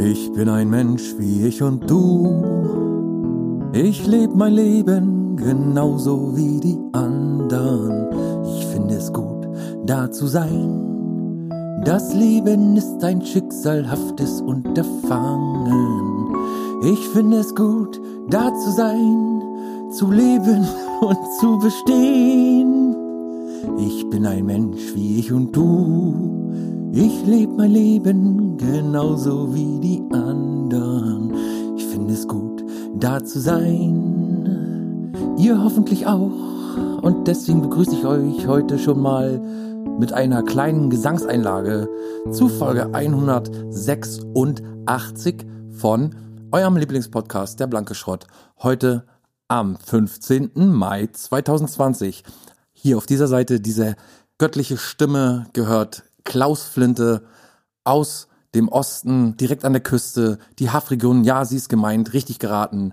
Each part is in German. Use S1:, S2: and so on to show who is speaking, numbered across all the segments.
S1: Ich bin ein Mensch wie ich und du. Ich lebe mein Leben genauso wie die anderen. Ich finde es gut, da zu sein. Das Leben ist ein schicksalhaftes Unterfangen. Ich finde es gut, da zu sein, zu leben und zu bestehen. Ich bin ein Mensch wie ich und du. Ich lebe mein Leben genauso wie die anderen. Ich finde es gut, da zu sein. Ihr hoffentlich auch. Und deswegen begrüße ich euch heute schon mal mit einer kleinen Gesangseinlage zu Folge 186 von eurem Lieblingspodcast Der Blanke Schrott. Heute am 15. Mai 2020 hier auf dieser Seite diese göttliche Stimme gehört Klaus Flinte aus dem Osten, direkt an der Küste, die Hafregion, ja, sie ist gemeint, richtig geraten.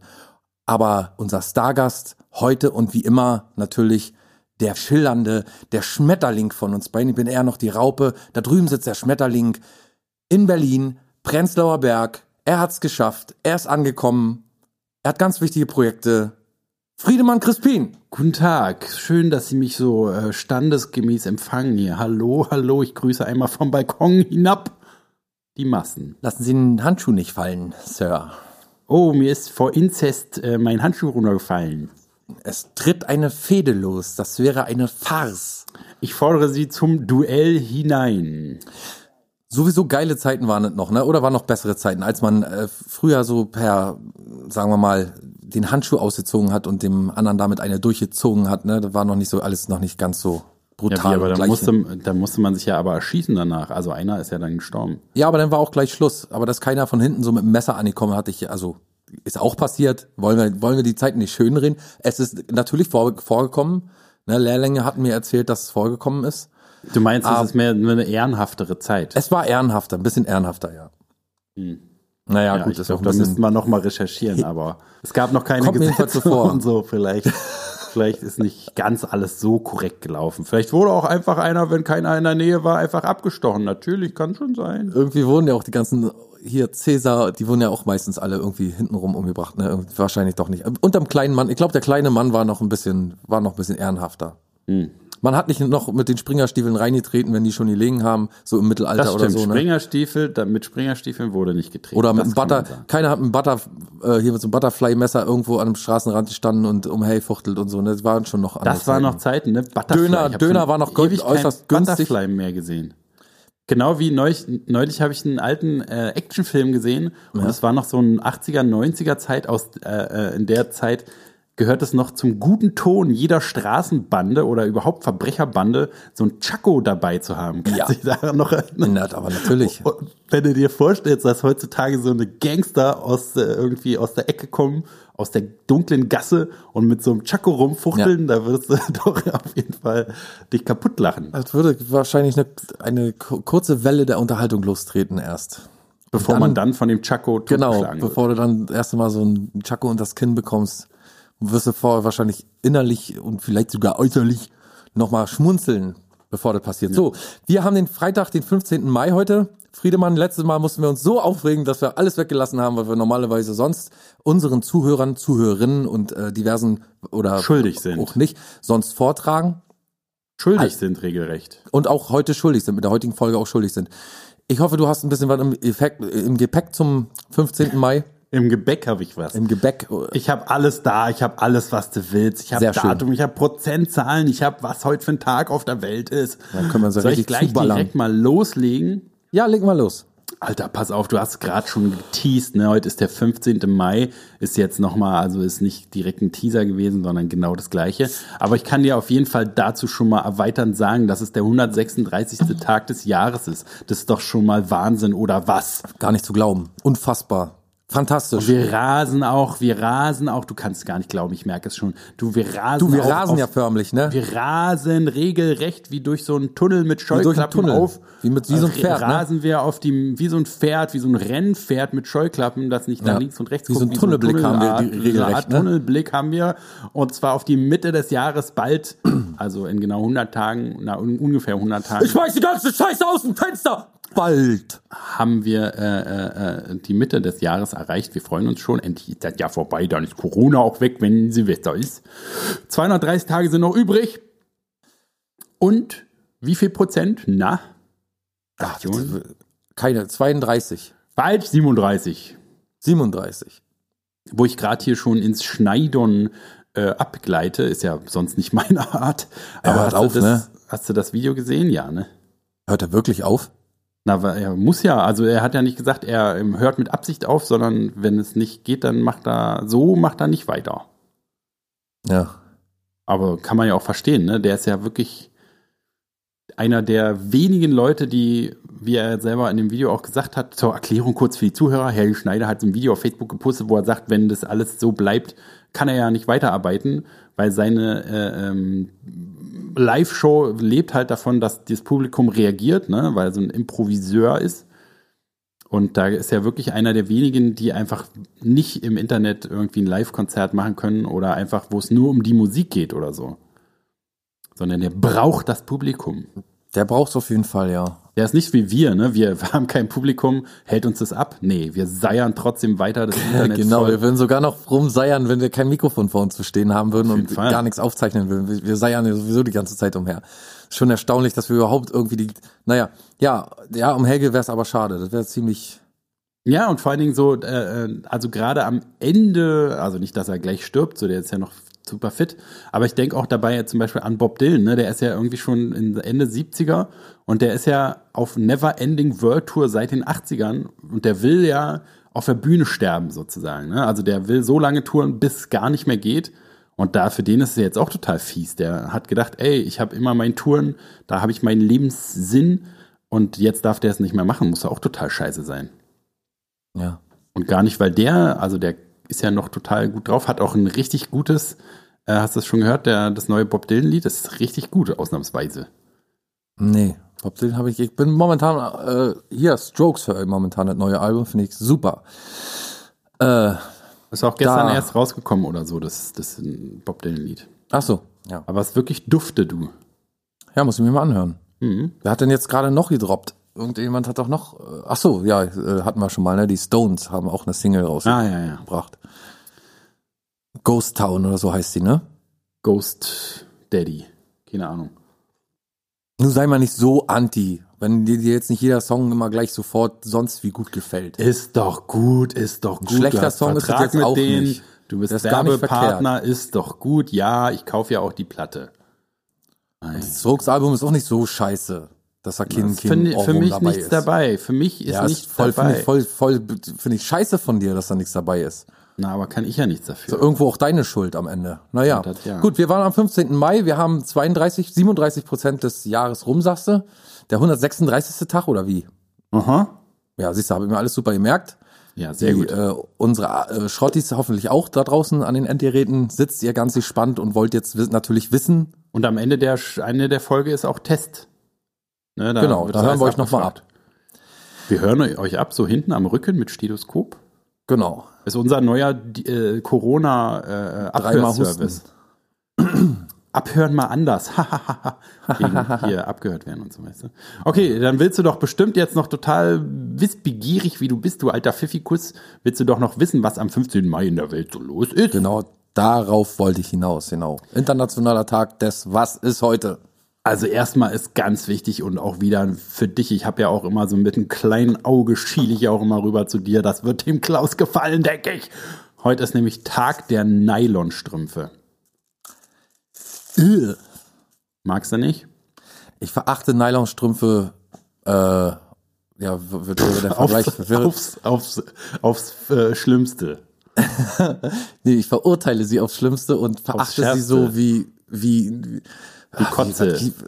S1: Aber unser Stargast heute und wie immer natürlich der schillernde, der Schmetterling von uns beiden. Ich bin eher noch die Raupe. Da drüben sitzt der Schmetterling in Berlin, Prenzlauer Berg. Er hat's geschafft. Er ist angekommen. Er hat ganz wichtige Projekte. Friedemann Crispin.
S2: Guten Tag, schön, dass Sie mich so äh, standesgemäß empfangen hier. Hallo, hallo, ich grüße einmal vom Balkon hinab die Massen.
S1: Lassen Sie den Handschuh nicht fallen, Sir.
S2: Oh, mir ist vor Inzest äh, mein Handschuh runtergefallen.
S1: Es tritt eine Fehde los. Das wäre eine Farce.
S2: Ich fordere Sie zum Duell hinein.
S1: Sowieso geile Zeiten waren es noch, ne? Oder waren noch bessere Zeiten, als man äh, früher so per, sagen wir mal, den Handschuh ausgezogen hat und dem anderen damit eine durchgezogen hat, ne? Da war noch nicht so alles noch nicht ganz so
S2: Ja,
S1: brutal.
S2: wie, aber
S1: und
S2: da
S1: gleich-
S2: musste, da musste man sich ja aber erschießen danach. Also einer ist ja dann gestorben.
S1: ja, aber dann war auch gleich Schluss. Aber dass keiner von hinten so mit dem Messer angekommen hatte ich, also ist auch passiert. Wollen wir, wollen wir die Zeiten nicht schönreden? Es ist natürlich vor, vorgekommen. Ne? Lehrlinge hatten mir erzählt, dass es vorgekommen ist.
S2: Du meinst, es ist mehr eine ehrenhaftere Zeit.
S1: Es war ehrenhafter, ein bisschen ehrenhafter, ja. Naja,
S2: Hm. Ja,
S1: gut,
S2: ich
S1: das ist auch
S2: glaub,
S1: ein
S2: da
S1: bisschen.
S2: müssten wir nochmal recherchieren, aber es gab noch keine
S1: Kommt mir jedenfalls
S2: Gesetze
S1: so vor.
S2: und so. Vielleicht, vielleicht ist nicht ganz alles so korrekt gelaufen. Vielleicht wurde auch einfach einer, wenn keiner in der Nähe war, einfach abgestochen. Natürlich, kann schon sein.
S1: irgendwie wurden ja auch die ganzen hier Cäsar, die wurden ja auch meistens alle irgendwie hintenrum umgebracht, ne? Irgendwie Wahrscheinlich doch nicht. Unterm kleinen Mann, ich glaube, der kleine Mann war noch ein bisschen, war noch ein bisschen ehrenhafter.
S2: Hm.
S1: Man hat nicht noch mit den Springerstiefeln reingetreten, wenn die schon gelegen haben, so im Mittelalter
S2: Das
S1: oder
S2: stimmt.
S1: so, ne?
S2: Springerstiefel, da, mit Springerstiefeln wurde nicht getreten.
S1: Oder mit
S2: Das
S1: einem
S2: kann man
S1: Butter,
S2: sagen.
S1: keiner hat mit einem Butter, äh, hier mit so einem Butterfly-Messer irgendwo an einem Straßenrand gestanden und umherfuchtelt und so, ne? Das waren schon noch andere
S2: Das waren
S1: Zeiten.
S2: noch Zeiten, ne? Butterfly.
S1: Döner-
S2: Ich hab
S1: Döner
S2: schon
S1: war noch gold-
S2: ewig kein
S1: äußerst günstig.
S2: Butterfly mehr gesehen. Genau wie neulich, neulich habe ich einen alten äh, Actionfilm gesehen und es war noch so ein 80er, 90er Zeit aus, äh, äh, in der Zeit gehört es noch zum guten Ton jeder Straßenbande oder überhaupt Verbrecherbande, so ein Chaco dabei zu haben. Kannst
S1: Ja.
S2: du dich daran noch erinnern?
S1: Na, aber natürlich.
S2: Und wenn du dir vorstellst, dass heutzutage so eine Gangster aus äh, irgendwie aus der Ecke kommen, aus der dunklen Gasse und mit so einem Chaco rumfuchteln, da würdest du doch auf jeden Fall dich kaputt lachen.
S1: Das würde wahrscheinlich eine, eine ku- kurze Welle der Unterhaltung lostreten erst.
S2: Bevor
S1: Dann-
S2: man dann von dem Chaco
S1: Genau,
S2: totgeschlagen wird.
S1: bevor du dann das erste Mal so einen Chaco und das Kinn bekommst, wirst du vorher wahrscheinlich innerlich und vielleicht sogar äußerlich nochmal schmunzeln, bevor das passiert. So, wir haben den Freitag, den 15. Mai heute. Friedemann, letztes Mal mussten wir uns so aufregen, dass wir alles weggelassen haben, weil wir normalerweise sonst unseren Zuhörern, Zuhörerinnen und äh, diversen oder
S2: Schuldig sind.
S1: auch nicht sonst vortragen
S2: Schuldig sind regelrecht.
S1: und auch heute schuldig sind, mit der heutigen Folge auch schuldig sind. Ich hoffe, du hast ein bisschen was im, Effekt, im Gepäck zum 15. Mai,
S2: Im Gebäck habe ich was.
S1: im Gebäck. äh,
S2: ich habe alles da, ich habe alles, was du willst. Ich habe
S1: Sehr schön.
S2: Datum, ich habe Prozentzahlen, ich habe, was heute für ein Tag auf der Welt ist.
S1: Dann können wir uns ja
S2: Soll ich
S1: richtig
S2: gleich
S1: zuballern.
S2: direkt mal loslegen?
S1: Ja, leg mal los.
S2: Alter, pass auf, du hast gerade schon geteased, ne? Heute ist der 15. Mai, ist jetzt nochmal, also ist nicht direkt ein Teaser gewesen, sondern genau das gleiche. Aber ich kann dir auf jeden Fall dazu schon mal erweiternd sagen, dass es der 136. Tag des Jahres ist. Das ist doch schon mal Wahnsinn, oder was?
S1: Gar nicht zu glauben. Unfassbar. Fantastisch.
S2: Wir rasen auch, wir rasen auch, du kannst es gar nicht glauben, ich merke es schon. Du, wir rasen
S1: du, wir
S2: auch
S1: rasen
S2: auf,
S1: ja förmlich, ne?
S2: Wir rasen regelrecht wie durch so einen Tunnel mit
S1: durch einen
S2: Scheuklappen
S1: Tunnel.
S2: auf.
S1: Wie mit- wie so ein
S2: Also
S1: Pferd, ne?
S2: Rasen wir auf dem, wie so ein Pferd, wie so ein Rennpferd mit Scheuklappen, das nicht nach
S1: Ja.
S2: links und rechts
S1: Wie so ein Tunnelblick haben wir die- regelrecht,
S2: Art
S1: ne?
S2: Tunnelblick haben wir. Und zwar auf die Mitte des Jahres bald, also in genau 100 Tagen, na, un- ungefähr 100 Tagen.
S1: schmeiß die ganze Scheiße aus dem Fenster! bald.
S2: haben wir äh, äh, äh, die Mitte des Jahres erreicht. Wir freuen uns schon. Endlich ist das Jahr vorbei, dann ist Corona auch weg, wenn Silvester ist. 230 Tage sind noch übrig. Und wie viel Prozent? Na,
S1: Ach, keine, 32,
S2: falsch, 37.
S1: 37.
S2: Wo ich gerade hier schon ins Schneidern äh, abgleite, ist ja sonst nicht meine Art. Aber
S1: hört
S2: hast,
S1: auf,
S2: du das,
S1: ne?
S2: hast du das Video gesehen? Ja, ne?
S1: Hört er wirklich auf?
S2: Na, weil er muss ja, also er hat ja nicht gesagt, er ähm, hört mit Absicht auf, sondern wenn es nicht geht, dann macht er so, macht er nicht weiter.
S1: Ja.
S2: Aber kann man ja auch verstehen, ne? Der ist ja wirklich einer der wenigen Leute, die, wie er selber in dem Video auch gesagt hat, zur Erklärung kurz für die Zuhörer, Herr Schneider hat so ein Video auf Facebook gepostet, wo er sagt, wenn das alles so bleibt, kann er ja nicht weiterarbeiten, weil seine äh, ähm, Live-Show lebt halt davon, dass das Publikum reagiert, ne? weil er so ein Improviseur ist. Und da ist er wirklich einer der wenigen, die einfach nicht im Internet irgendwie ein Live-Konzert machen können oder einfach, wo es nur um die Musik geht oder so. Sondern er braucht das Publikum.
S1: Der braucht's auf jeden Fall, ja.
S2: Der ist nicht wie wir, ne? Wir haben kein Publikum, hält uns das ab? Nee, wir seiern trotzdem weiter das Internet
S1: genau,
S2: voll.
S1: wir würden sogar noch rumseiern, wenn wir kein Mikrofon vor uns zu stehen haben würden
S2: jeden
S1: und
S2: Fall.
S1: gar nichts aufzeichnen würden. Wir, wir seiern ja sowieso die ganze Zeit umher. Schon erstaunlich, dass wir überhaupt irgendwie die. Naja, ja, ja, um Helge wäre es aber schade. Das wäre ziemlich.
S2: Ja, und vor allen Dingen so, äh, äh, also gerade am Ende, also nicht, dass er gleich stirbt, so der ist ja noch super fit, aber ich denke auch dabei jetzt zum Beispiel an Bob Dylan, ne? der ist ja irgendwie schon in Ende 70er und der ist ja auf Never Ending World Tour seit den 80ern und der will ja auf der Bühne sterben sozusagen. Ne? Also der will so lange touren, bis es gar nicht mehr geht. Und da für den ist es jetzt auch total fies. Der hat gedacht, ey, ich habe immer meinen Touren, da habe ich meinen Lebenssinn und jetzt darf der es nicht mehr machen. Muss ja auch total scheiße sein.
S1: Ja.
S2: Und gar nicht, weil der, also der ist ja noch total gut drauf, hat auch ein richtig gutes, äh, hast du das schon gehört, der, das neue Bob Dylan-Lied, das ist richtig gut, ausnahmsweise.
S1: Nee. Bob Dylan habe ich. Ich bin momentan äh, hier Strokes höre ich momentan das neue Album finde ich super. Äh,
S2: Ist auch gestern
S1: Da.
S2: erst rausgekommen oder so, das, das äh, Bob Dylan-Lied.
S1: ach so. Ja.
S2: Aber es ist wirklich dufte, du.
S1: Ja, muss ich mir mal anhören.
S2: Mhm.
S1: Wer hat denn jetzt gerade noch gedroppt? Irgendjemand hat doch noch. Äh, ach so, ja, äh, hatten wir schon mal. Ne? Die Stones haben auch eine Single raus.
S2: Ah, ja, ja.
S1: gebracht. Ghost Town oder so heißt sie, ne?
S2: Ghost Daddy. Keine Ahnung.
S1: Nun sei mal nicht so anti, wenn dir dir jetzt nicht jeder Song immer gleich sofort sonst wie gut gefällt.
S2: Ist doch gut, ist doch gut.
S1: schlechter
S2: Du hast
S1: Song ist es
S2: Vertrag
S1: jetzt auch nicht.
S2: Du bist
S1: Das ist gar nicht
S2: Werbepartner, ist doch gut. Ja, ich kaufe ja auch die Platte. Nein.
S1: Das Strokes Album ist auch nicht so scheiße, dass da kein,
S2: Das
S1: kein
S2: finde- für
S1: Ohrwurm
S2: mich nichts
S1: ist.
S2: dabei. Für mich ist
S1: Ja, ist
S2: nichts
S1: voll,
S2: dabei.
S1: finde ich, voll, voll, finde ich scheiße von dir, dass da nichts dabei ist.
S2: Na, aber kann ich ja nichts dafür.
S1: So, irgendwo auch deine Schuld am Ende. Naja,
S2: Ja, das ja.
S1: gut, wir waren am 15. Mai, wir haben 32, 37 Prozent des Jahres rum, sagst du? Der 136. Tag oder wie?
S2: Aha.
S1: Ja, siehst du, habe ich mir alles super gemerkt.
S2: Ja, sehr
S1: Die,
S2: gut.
S1: äh, unsere äh, Schrottis hoffentlich auch da draußen an den Endgeräten sitzt ihr ganz gespannt und wollt jetzt wiss natürlich wissen.
S2: Und am Ende der, Ende der Folge ist auch Test. Ne, da
S1: Genau,
S2: wird
S1: da
S2: das
S1: hören wir
S2: alles
S1: euch nochmal
S2: abgefragt.
S1: ab.
S2: Wir hören eu- euch ab, so hinten am Rücken mit Stethoskop.
S1: Genau.
S2: Ist unser neuer die- äh, corona äh,
S1: Dreimal
S2: Abhörservice. Abhören mal anders. Wegen hier abgehört werden und so weiter. Okay, dann willst du doch bestimmt jetzt noch total wissbegierig, wie du bist, du alter Pfiffikus, willst du doch noch wissen, was am 15. Mai in der Welt so los ist.
S1: Genau darauf wollte ich hinaus, genau. Internationaler Tag des Was ist heute?
S2: Also erstmal ist ganz wichtig und auch wieder für dich, ich habe ja auch immer so mit einem kleinen Auge schiele ich ja auch immer rüber zu dir, das wird dem Klaus gefallen, denke ich. Heute ist nämlich Tag der Nylonstrümpfe.
S1: Äh.
S2: Magst du nicht?
S1: Ich verachte Nylonstrümpfe. Äh, ja, w- wird wäre der Vergleich.
S2: Aufs,
S1: wäre-
S2: aufs, aufs, aufs äh, Schlimmste.
S1: nee, ich verurteile sie aufs Schlimmste und verachte
S2: Schärfste.
S1: sie so wie wie
S2: Die Kotze,
S1: Was gibt-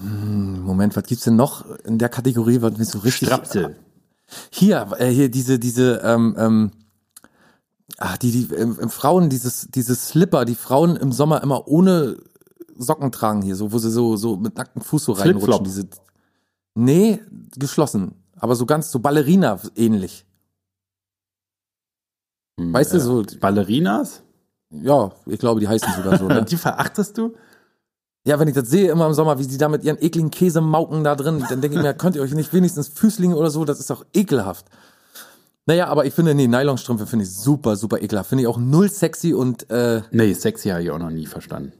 S1: Hm, Moment, was gibt's denn noch in der Kategorie, was mich so richtig
S2: Strapse.
S1: Hier, äh, hier diese, diese, ähm, ähm, ach, die, die, ähm, ähm, Frauen, dieses, dieses Slipper, die Frauen im Sommer immer ohne Socken tragen hier, so, wo sie so, so mit nacktem Fuß so
S2: Flipflop.
S1: reinrutschen. Diese, nee, geschlossen. Aber so ganz, so Ballerina ähnlich. Weißt du, so,
S2: Ballerinas?
S1: ja, ich glaube, die heißen sogar so, ne?
S2: Die verachtest du?
S1: Ja, wenn ich das sehe immer im Sommer, wie sie da mit ihren ekligen Käsemauken da drin, dann denke ich mir, könnt ihr euch nicht wenigstens Füßlinge oder so, das ist doch ekelhaft. Naja, aber ich finde, nee, Nylonstrümpfe finde ich super, super ekelhaft. Finde ich auch null sexy und, äh,
S2: Nee, sexy habe ich auch noch nie verstanden.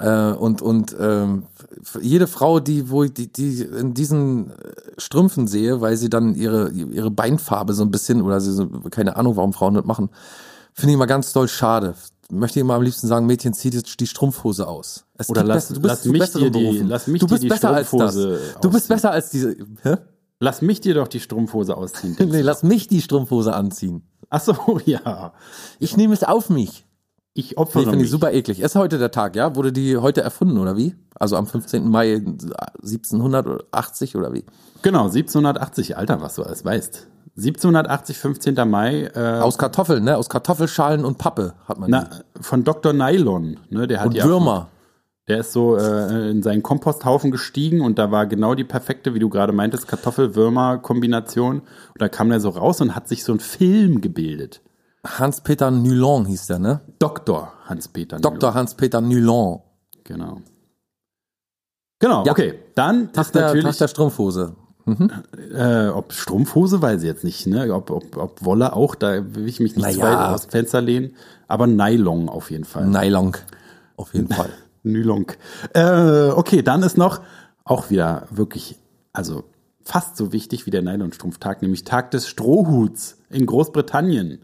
S1: äh, und, und ähm, f- jede Frau, die, wo ich die, die in diesen äh, Strümpfen sehe, weil sie dann ihre, ihre Beinfarbe so ein bisschen, oder sie so, keine Ahnung, warum Frauen das machen, finde ich immer ganz doll schade. Möchte ich immer am liebsten sagen, Mädchen, zieh die, die Strumpfhose aus. Es
S2: Oder
S1: gibt
S2: lass-
S1: bessere-
S2: lass
S1: zu
S2: mich
S1: besseren
S2: dir die-
S1: Berufen.
S2: lass mich
S1: du
S2: dir
S1: bist
S2: die
S1: besser als das.
S2: Strumpfhose
S1: Du bist
S2: ausziehen.
S1: besser als diese, hä?
S2: Lass mich dir doch die Strumpfhose ausziehen. Dick.
S1: Nee, lass mich die Strumpfhose anziehen.
S2: Ach so, ja.
S1: Ich nehme es auf mich.
S2: Ich
S1: Nee,
S2: opfere
S1: ich finde die
S2: mich.
S1: super eklig. Ist heute der Tag, ja? Wurde die heute erfunden, oder wie? Also am 15. Mai 1780 oder wie?
S2: Genau, 1780. Alter, was du alles weißt. 1780, 15. Mai. Äh,
S1: Aus Kartoffeln, ne? Aus Kartoffelschalen und Pappe hat man die.
S2: na, von Dr. Nylon. Ne? Der hat
S1: Und
S2: die
S1: Würmer.
S2: Der ist so äh, in seinen Komposthaufen gestiegen und da war genau die perfekte, wie du gerade meintest, Kartoffel-Würmer-Kombination. Und da kam der so raus und hat sich so ein Film gebildet.
S1: Hans-Peter Nylon hieß der, ne?
S2: Dr. Hans-Peter. Nylund.
S1: Dr. Hans-Peter Nylon.
S2: Genau. Genau,
S1: Ja.
S2: okay. Dann
S1: Tag
S2: ist
S1: der, Tag
S2: natürlich,
S1: der Strumpfhose.
S2: äh, ob Strumpfhose, weiß ich jetzt nicht, ne? Ob, ob, ob Wolle auch, da will ich mich nicht
S1: Naja.
S2: zu weit aus dem Fenster lehnen. Aber Nylon auf jeden Fall.
S1: Nylon. Auf jeden Fall.
S2: Nylon. Äh, okay, dann ist noch auch wieder wirklich, also fast so wichtig wie der Nylonstrumpftag, nämlich Tag des Strohhuts in Großbritannien.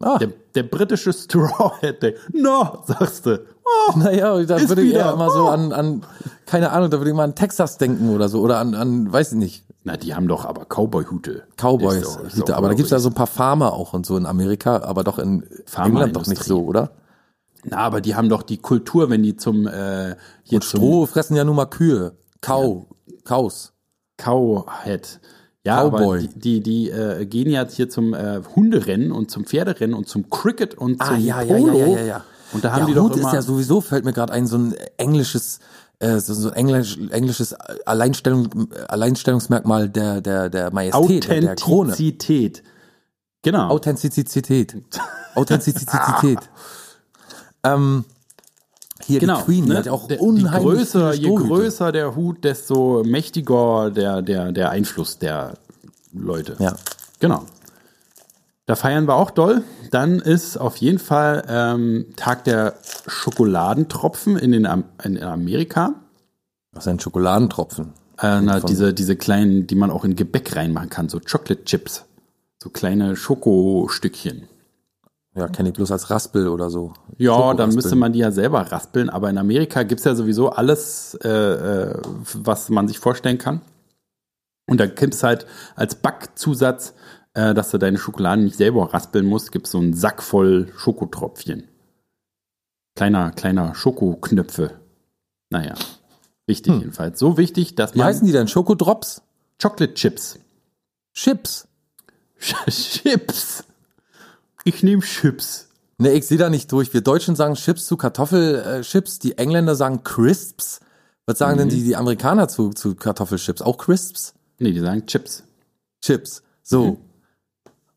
S1: Ah,
S2: Der, der britische Straw Hat Day. No, sagst du. Oh,
S1: naja, da
S2: Ist
S1: würde ich
S2: wieder.
S1: eher immer so
S2: Oh.
S1: an, an, keine Ahnung, da würde ich mal an Texas denken oder so. Oder an, an weiß ich nicht.
S2: Na, die haben doch aber Cowboy-Hüte.
S1: Cowboys,
S2: Ist doch- ist
S1: Hüte,
S2: doch
S1: aber da gibt's ja
S2: unglaublich.
S1: so ein paar Farmer auch und so in Amerika, aber doch in England doch nicht
S2: Pharmaindustrie.
S1: so, oder?
S2: Na, aber die haben doch die Kultur, wenn die zum äh, hier
S1: Und Stroh fressen ja nun mal Kühe, Kau, Kaus.
S2: Cowhead. Ja, aber
S1: Cowboy.
S2: die, die, die äh, gehen ja hier zum äh, Hunderennen und zum Pferderennen und zum Cricket
S1: Ah,
S2: und zum Polo. Und da haben
S1: ja,
S2: die doch
S1: Hut
S2: immer
S1: ist ja sowieso, fällt mir gerade ein, so ein englisches, äh, so, so ein englisch, englisches Alleinstellung, Alleinstellungsmerkmal der, der, der Majestät, der, der Krone.
S2: Authentizität. Genau.
S1: Authentizität. Authentizität. ähm, hier
S2: genau.
S1: die Queen, die
S2: ne?
S1: hat ja auch
S2: Der-
S1: unheimlich
S2: je größer,
S1: viele
S2: je
S1: Strohhüte.
S2: größer der Hut, desto mächtiger der, der, der Einfluss der Leute.
S1: Ja.
S2: Genau. Da feiern wir auch doll. Dann ist auf jeden Fall ähm, Tag der Schokoladentropfen in, den Am in Amerika.
S1: Was ist ein Schokoladentropfen?
S2: Äh, na, diese, diese kleinen, die man auch in Gebäck reinmachen kann, so Chocolate Chips. So kleine Schokostückchen.
S1: Ja, kenne ich bloß als Raspel oder so.
S2: Ja, dann
S1: Schokoraspeln.
S2: müsste man die ja selber raspeln, aber in Amerika gibt's ja sowieso alles, äh, äh, was man sich vorstellen kann. Und da gibt's halt als Backzusatz, äh, dass du deine Schokolade nicht selber raspeln musst, gibt's so einen Sack voll Schokotropfchen. Kleiner, kleiner Schokoknöpfe. Naja, wichtig jedenfalls. So wichtig, dass
S1: Hm. Wie
S2: man
S1: heißen die denn? Schokodrops?
S2: Chocolate Chips.
S1: Chips?
S2: Chips. Ich nehme Chips.
S1: Ne, ich sehe da nicht durch. Wir Deutschen sagen Chips zu Kartoffelchips, die Engländer sagen Crisps. Was sagen
S2: Mhm.
S1: denn die, die Amerikaner zu, zu Kartoffelchips? Auch Crisps?
S2: Nee, die sagen Chips.
S1: Chips. So.
S2: Mhm.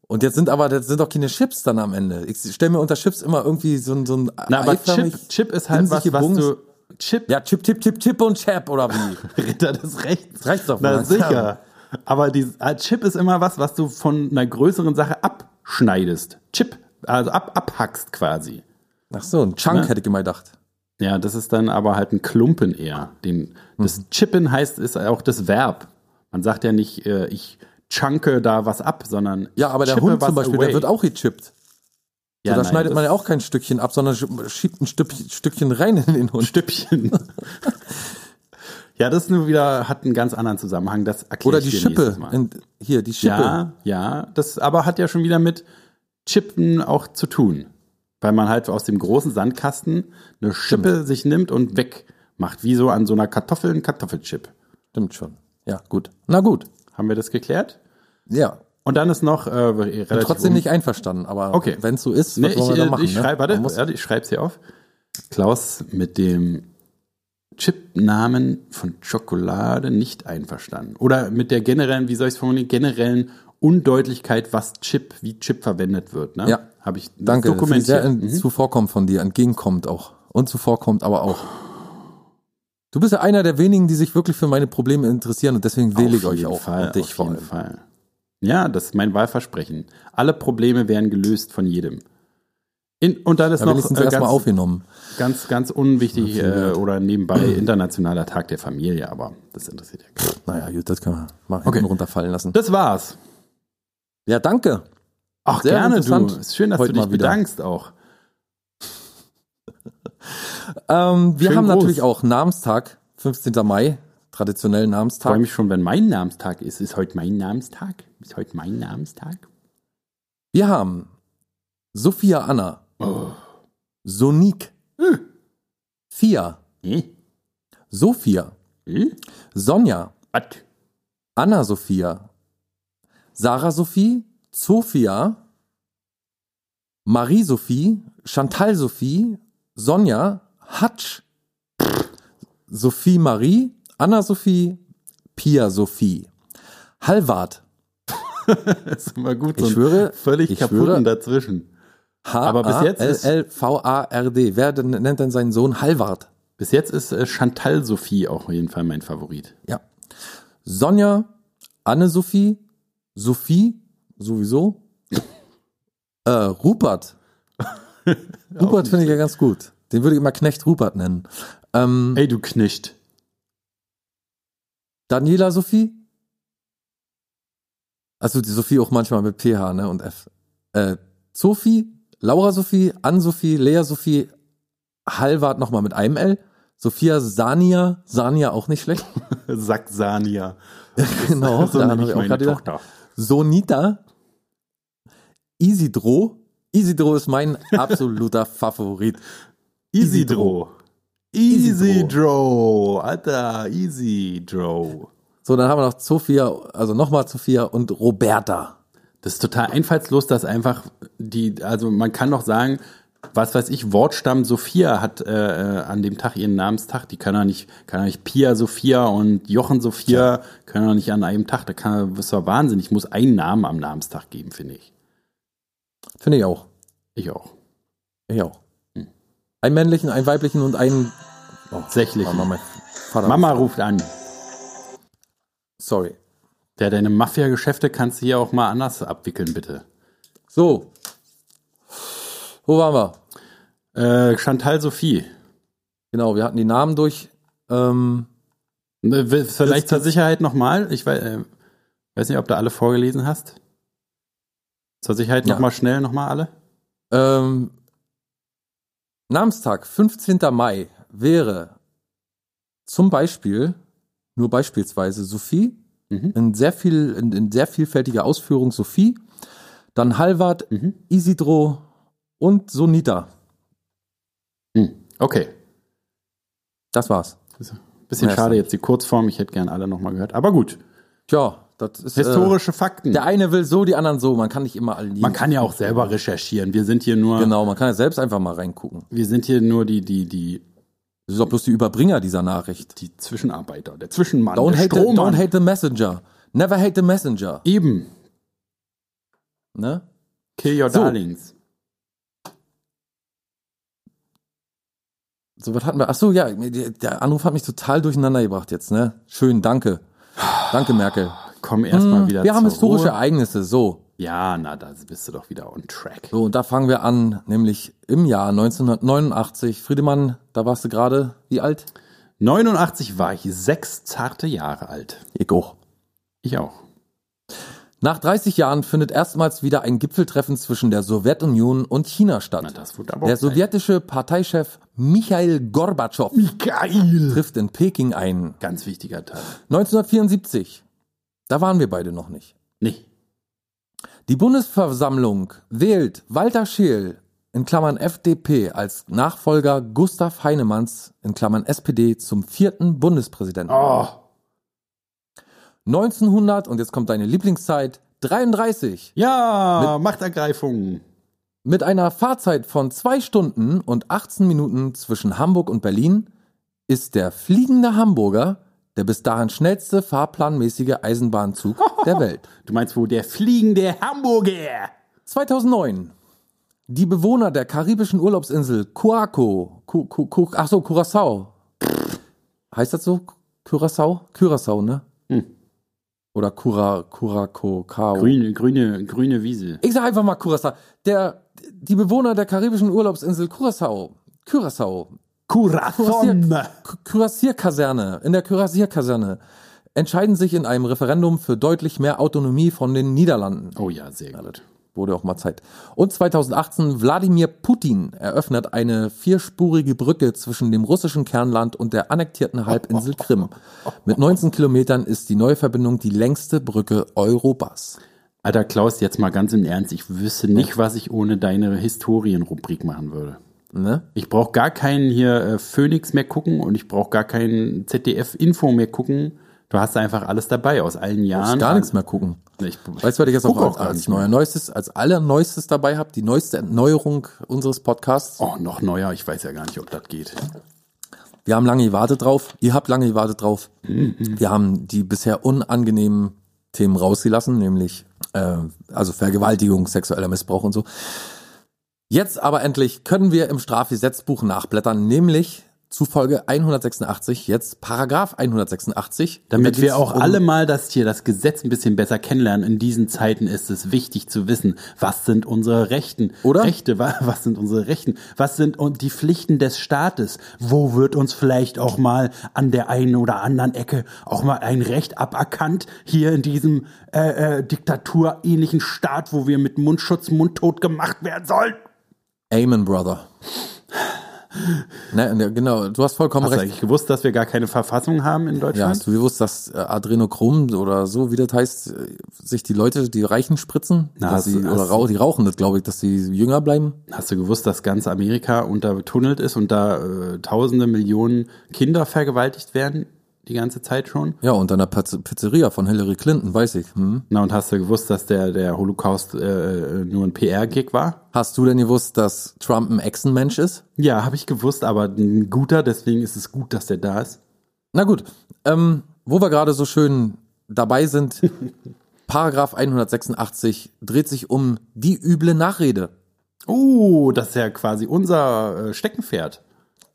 S1: Und jetzt sind aber, das sind doch keine Chips dann am Ende. Ich stelle mir unter Chips immer irgendwie so ein, so ein
S2: Na, aber
S1: eiförmig-
S2: Chip, Chip
S1: in
S2: ist halt
S1: sich
S2: was, was
S1: gebogen-
S2: du. Chip,
S1: Ja, Chip, Chip, Chip, Chip und Chap oder wie?
S2: Ritter des Rechts.
S1: Das reicht doch
S2: Na
S1: wohl.
S2: sicher. Aber die, äh, Chip ist immer was, was du von einer größeren Sache abschneidest. Chip, also ab, abhackst quasi.
S1: Ach so, ein Chunk
S2: Ne?
S1: hätte ich mal gedacht.
S2: Ja, das ist dann aber halt ein Klumpen eher. Den,
S1: Mhm.
S2: das Chippen heißt, ist auch das Verb. Man sagt ja nicht, äh, ich chunke da was ab, sondern
S1: Ja, aber der
S2: chippe
S1: Hund zum
S2: was
S1: Beispiel,
S2: away.
S1: der wird auch gechippt.
S2: ja,
S1: so, da
S2: nein,
S1: schneidet man ja
S2: das
S1: auch kein Stückchen ab, sondern sch- schiebt ein Stüppchen- Stückchen rein in den Hund.
S2: Stüppchen. ja, das nur wieder hat einen ganz anderen Zusammenhang. Das erkläre
S1: Oder
S2: ich
S1: die
S2: dir
S1: Schippe.
S2: nächstes Mal.
S1: In, hier, die Schippe.
S2: Ja, ja, das aber hat ja schon wieder mit Chippen auch zu tun. Weil man halt aus dem großen Sandkasten eine Schippe sich nimmt und wegmacht. Wie so an so einer Kartoffel ein Kartoffelchip.
S1: Stimmt schon. Ja, gut. Na gut.
S2: Haben wir das geklärt?
S1: Ja.
S2: Und dann ist noch äh, relativ.
S1: Trotzdem
S2: un-
S1: nicht einverstanden, aber
S2: Okay.
S1: wenn es so ist, was
S2: Nee, ich
S1: wollen wir
S2: äh,
S1: da machen?
S2: ich
S1: ne?
S2: schreibe, warte,
S1: Man muss-
S2: warte, ich schreibe es hier auf. Klaus mit dem Chipnamen von Schokolade nicht einverstanden. Oder mit der generellen, wie soll ich es formulieren, generellen Undeutlichkeit, was Chip, wie Chip verwendet wird. Ne?
S1: Ja.
S2: Habe ich Mhm. das
S1: Danke, dass sie sehr äh,
S2: dokumentiert.
S1: in, zuvorkommt von dir, entgegenkommt auch. Und zuvorkommt aber auch. Du bist ja einer der wenigen, die sich wirklich für meine Probleme interessieren und deswegen wähle ich
S2: Auf
S1: euch
S2: jeden
S1: auch
S2: Fall,
S1: und dich
S2: äh, auf
S1: vor
S2: jeden
S1: allem.
S2: Fall. Ja, das ist mein Wahlversprechen. Alle Probleme werden gelöst von jedem. In, und dann ist
S1: Ja,
S2: noch
S1: wenigstens
S2: äh,
S1: erstmal
S2: ganz,
S1: aufgenommen.
S2: ganz, ganz unwichtig äh, oder nebenbei internationaler Tag der Familie, aber das interessiert ja keinen.
S1: Naja, gut, das kann man mal hinten
S2: Okay.
S1: runterfallen lassen.
S2: Das war's.
S1: Ja, danke.
S2: Ach,
S1: Sehr
S2: gerne, du.
S1: interessant.
S2: Ist schön, dass
S1: Heute
S2: du dich
S1: mal wieder.
S2: bedankst auch.
S1: Ähm, wir
S2: Schön
S1: haben
S2: groß.
S1: natürlich auch Namenstag, 15. Mai, traditionell
S2: Freue
S1: Namenstag.
S2: mich schon, wenn mein Namenstag ist. Ist heute mein Namenstag? Ist heute mein Namenstag?
S1: Wir haben Sophia Anna,
S2: Oh.
S1: Sonique, Fia,
S2: Hm?
S1: Sophia,
S2: Hm?
S1: Sonja,
S2: Was?
S1: Anna Sophia, Sarah Sophie, Sophia, Marie Sophie, Chantal Sophie, Sonja, Hatsch, Sophie Marie, Anna Sophie, Pia Sophie, Halvard,
S2: Das ist immer gut.
S1: Ich
S2: einen
S1: schwöre,
S2: Völlig
S1: ich
S2: kaputten
S1: schwöre.
S2: dazwischen.
S1: H
S2: Aber bis jetzt ist-
S1: L V A R D. Wer denn, nennt denn seinen Sohn Halvard?
S2: Bis jetzt ist äh, Chantal Sophie auch auf jeden Fall mein Favorit.
S1: Ja. Sonja, Anne-Sophie, Sophie, sowieso. äh, Rupert. Rupert finde ich ja ganz gut. Den würde ich immer Knecht Rupert nennen. Ähm,
S2: Hm. Ey, du Knecht.
S1: Daniela Sophie. Also die Sophie auch manchmal mit PH, ne? Und F. Äh, Sophie, Laura Sophie, Ann Sophie, Lea Sophie, Halvard nochmal mit einem L. Sophia Sania, Sania auch nicht schlecht.
S2: Saxania.
S1: genau,
S2: so
S1: da
S2: nenne
S1: habe
S2: ich
S1: ich auch
S2: meine
S1: gerade gedacht.
S2: Tochter.
S1: Sonita, Isidro. Isidro ist mein absoluter Favorit.
S2: Isidro.
S1: Isidro.
S2: Isidro. Alter, Isidro.
S1: So, dann haben wir noch Sophia, also nochmal Sophia und Roberta.
S2: Das ist total einfallslos, dass einfach die, also man kann doch sagen, was weiß ich, Wortstamm Sophia hat äh, äh, an dem Tag ihren Namenstag. Die kann ja nicht, kann ja nicht Pia Sophia und Jochen Sophia können ja nicht an einem Tag. Da kann, das ist doch Wahnsinn. Ich muss einen Namen am Namenstag geben, finde ich.
S1: Finde ich auch.
S2: Ich auch.
S1: Ich auch. Einen männlichen, einen weiblichen und einen. Oh,
S2: Sächlichen.
S1: Mama, mein Vater.
S2: Mama ruft an.
S1: Sorry.
S2: Ja, deine Mafia-Geschäfte kannst du hier auch mal anders abwickeln, bitte.
S1: So. Wo waren wir?
S2: Äh, Chantal Sophie.
S1: Genau, wir hatten die Namen durch. Ähm,
S2: Ne, w- Vielleicht
S1: Das-
S2: zur Sicherheit nochmal. Ich weiß, äh, weiß nicht, ob du alle vorgelesen hast. Zur Sicherheit
S1: Ja.
S2: nochmal schnell, nochmal alle.
S1: ähm, Namenstag, 15. Mai, wäre zum Beispiel, nur beispielsweise Sophie,
S2: Mhm.
S1: in sehr viel, in, in sehr vielfältiger Ausführung Sophie, dann Halvard,
S2: Mhm.
S1: Isidro und Sonita.
S2: Hm. Okay.
S1: Das war's.
S2: Ist ein Bisschen
S1: Ja, ist
S2: schade
S1: doch-
S2: jetzt die Kurzform. Ich hätte gern alle nochmal gehört. Aber gut.
S1: Tja, das ist. Äh,
S2: Historische Fakten.
S1: Der eine will so, die anderen so. Man kann nicht immer alle lieben.
S2: Man kann ja auch selber recherchieren. Wir sind hier nur,
S1: Genau, man kann ja selbst einfach mal reingucken.
S2: wir sind hier nur die, die, die,
S1: Das ist doch bloß die Überbringer dieser Nachricht.
S2: die Zwischenarbeiter, der Zwischenmann,
S1: Don't
S2: der
S1: hate, the,
S2: Strohmann.
S1: don't hate the messenger. Never hate the messenger.
S2: Eben.
S1: Ne?
S2: Kill your
S1: So.
S2: darlings.
S1: So, was hatten wir? Ach so, ja, mir- der- der Anruf hat mich total durcheinander gebracht jetzt, ne? Schön, danke. Danke, Merkel.
S2: Komm erstmal wieder
S1: Hm, Wir haben
S2: zur
S1: historische
S2: Ruhe.
S1: Ereignisse, so.
S2: Ja, na, da bist du doch wieder on track.
S1: So, und da fangen wir an, nämlich im Jahr 1989. Friedemann, da warst du gerade, wie alt?
S2: 89 war ich sechs zarte Jahre alt.
S1: Ich auch.
S2: Ich auch.
S1: Nach 30 Jahren findet erstmals wieder ein Gipfeltreffen zwischen der Sowjetunion und China statt.
S2: Na, das wurde aber
S1: Der
S2: auch Zeit.
S1: sowjetische Parteichef Michail Gorbatschow
S2: Geil!
S1: trifft in Peking ein.
S2: Ganz wichtiger Teil.
S1: 1974. Da waren wir beide noch nicht.
S2: Nee.
S1: Die Bundesversammlung wählt Walter Scheel in Klammern FDP als Nachfolger Gustav Heinemanns in Klammern SPD zum vierten Bundespräsidenten.
S2: Oh,
S1: 1900 und jetzt kommt deine Lieblingszeit 33
S2: ja, Machtergreifung.
S1: mit einer Fahrzeit von zwei Stunden und 18 Minuten zwischen Hamburg und Berlin ist der fliegende Hamburger der bis dahin schnellste fahrplanmäßige Eisenbahnzug der Welt.
S2: Du meinst wohl der fliegende Hamburger?
S1: 2009. Die Bewohner der karibischen Urlaubsinsel Coaco, Ku- Ku- Ku- ach so, Curacao, heißt das so? Curaçao? Curaçao, ne?
S2: Hm.
S1: Oder Cura, Curaco, Kao.
S2: Grüne, grüne, grüne Wiese.
S1: Ich sag einfach mal Curaçao. Der, die Bewohner der karibischen Urlaubsinsel Curaçao. Curaçao.
S2: Curaçon.
S1: K- Kürassierkaserne, in der Kürassierkaserne, entscheiden sich in einem Referendum für deutlich mehr Autonomie von den Niederlanden.
S2: Oh ja, sehr gut.
S1: Wurde auch mal Zeit. Und 2018 Wladimir Putin eröffnet eine vierspurige Brücke zwischen dem russischen Kernland und der annektierten Halbinsel Krim. Mit 19 Kilometern ist die neue Verbindung die längste Brücke Europas.
S2: Alter Klaus, jetzt mal ganz im Ernst. Ich wüsste nicht, was ich ohne deine Historienrubrik machen würde.
S1: Ne?
S2: Ich brauche gar keinen hier äh, Phoenix mehr gucken und ich brauche gar keinen ZDF-Info mehr gucken. Du hast einfach alles dabei aus allen Jahren.
S1: Gar nichts mehr gucken.
S2: Ich,
S1: Weißt du, was ich jetzt auch,
S2: Guck auch
S1: als,
S2: gar
S1: als
S2: nicht mehr.
S1: neuestes, als allerneuestes dabei habe? Die neueste Erneuerung unseres Podcasts.
S2: oh, noch neuer. Ich weiß ja gar nicht, ob das geht.
S1: Wir haben lange gewartet drauf. Ihr habt lange gewartet drauf.
S2: Mhm.
S1: Wir haben die bisher unangenehmen Themen rausgelassen, nämlich äh, also Vergewaltigung, sexueller Missbrauch und so. Jetzt aber endlich können wir im Strafgesetzbuch nachblättern, nämlich zu Folge 186, jetzt Paragraph 186.
S2: Damit
S1: Da geht's
S2: wir auch
S1: um-
S2: alle mal das hier, das Gesetz ein bisschen besser kennenlernen. In diesen Zeiten ist es wichtig zu wissen, was sind unsere Rechten?
S1: Oder?
S2: Rechte, wa- was sind unsere Rechten? Was sind und die Pflichten des Staates? Wo wird uns vielleicht auch mal an der einen oder anderen Ecke auch mal ein Recht aberkannt? Hier in diesem äh, äh, diktaturähnlichen Staat, wo wir mit Mundschutz mundtot gemacht werden sollen?
S1: Amen, Brother. ne, ne, genau, du hast vollkommen
S2: Hast du
S1: recht.
S2: eigentlich gewusst, dass wir gar keine Verfassung haben in
S1: Ja,
S2: Deutschland?
S1: hast du gewusst, dass äh, Adrenochrom oder so, wie das heißt, äh, sich die Leute, die Reichen spritzen,
S2: Na,
S1: dass
S2: hast du-
S1: sie, oder
S2: hast
S1: rau die rauchen das, glaube ich, dass sie jünger bleiben?
S2: Hast du gewusst, dass ganz Amerika untertunnelt ist und da äh, tausende Millionen Kinder vergewaltigt werden? Die ganze Zeit schon?
S1: Ja, unter einer Paz- Pizzeria von Hillary Clinton, weiß ich. Hm?
S2: Na, und hast du gewusst, dass der, der Holocaust äh, nur ein PR-Gig war?
S1: Hast du denn gewusst, dass Trump ein Echsenmensch ist?
S2: Ja, habe ich gewusst, aber ein guter, deswegen ist es gut, dass der da ist.
S1: Na gut, ähm, wo wir gerade so schön dabei sind, Paragraph 186 dreht sich um die üble Nachrede.
S2: Oh, das ist ja quasi unser äh, Steckenpferd.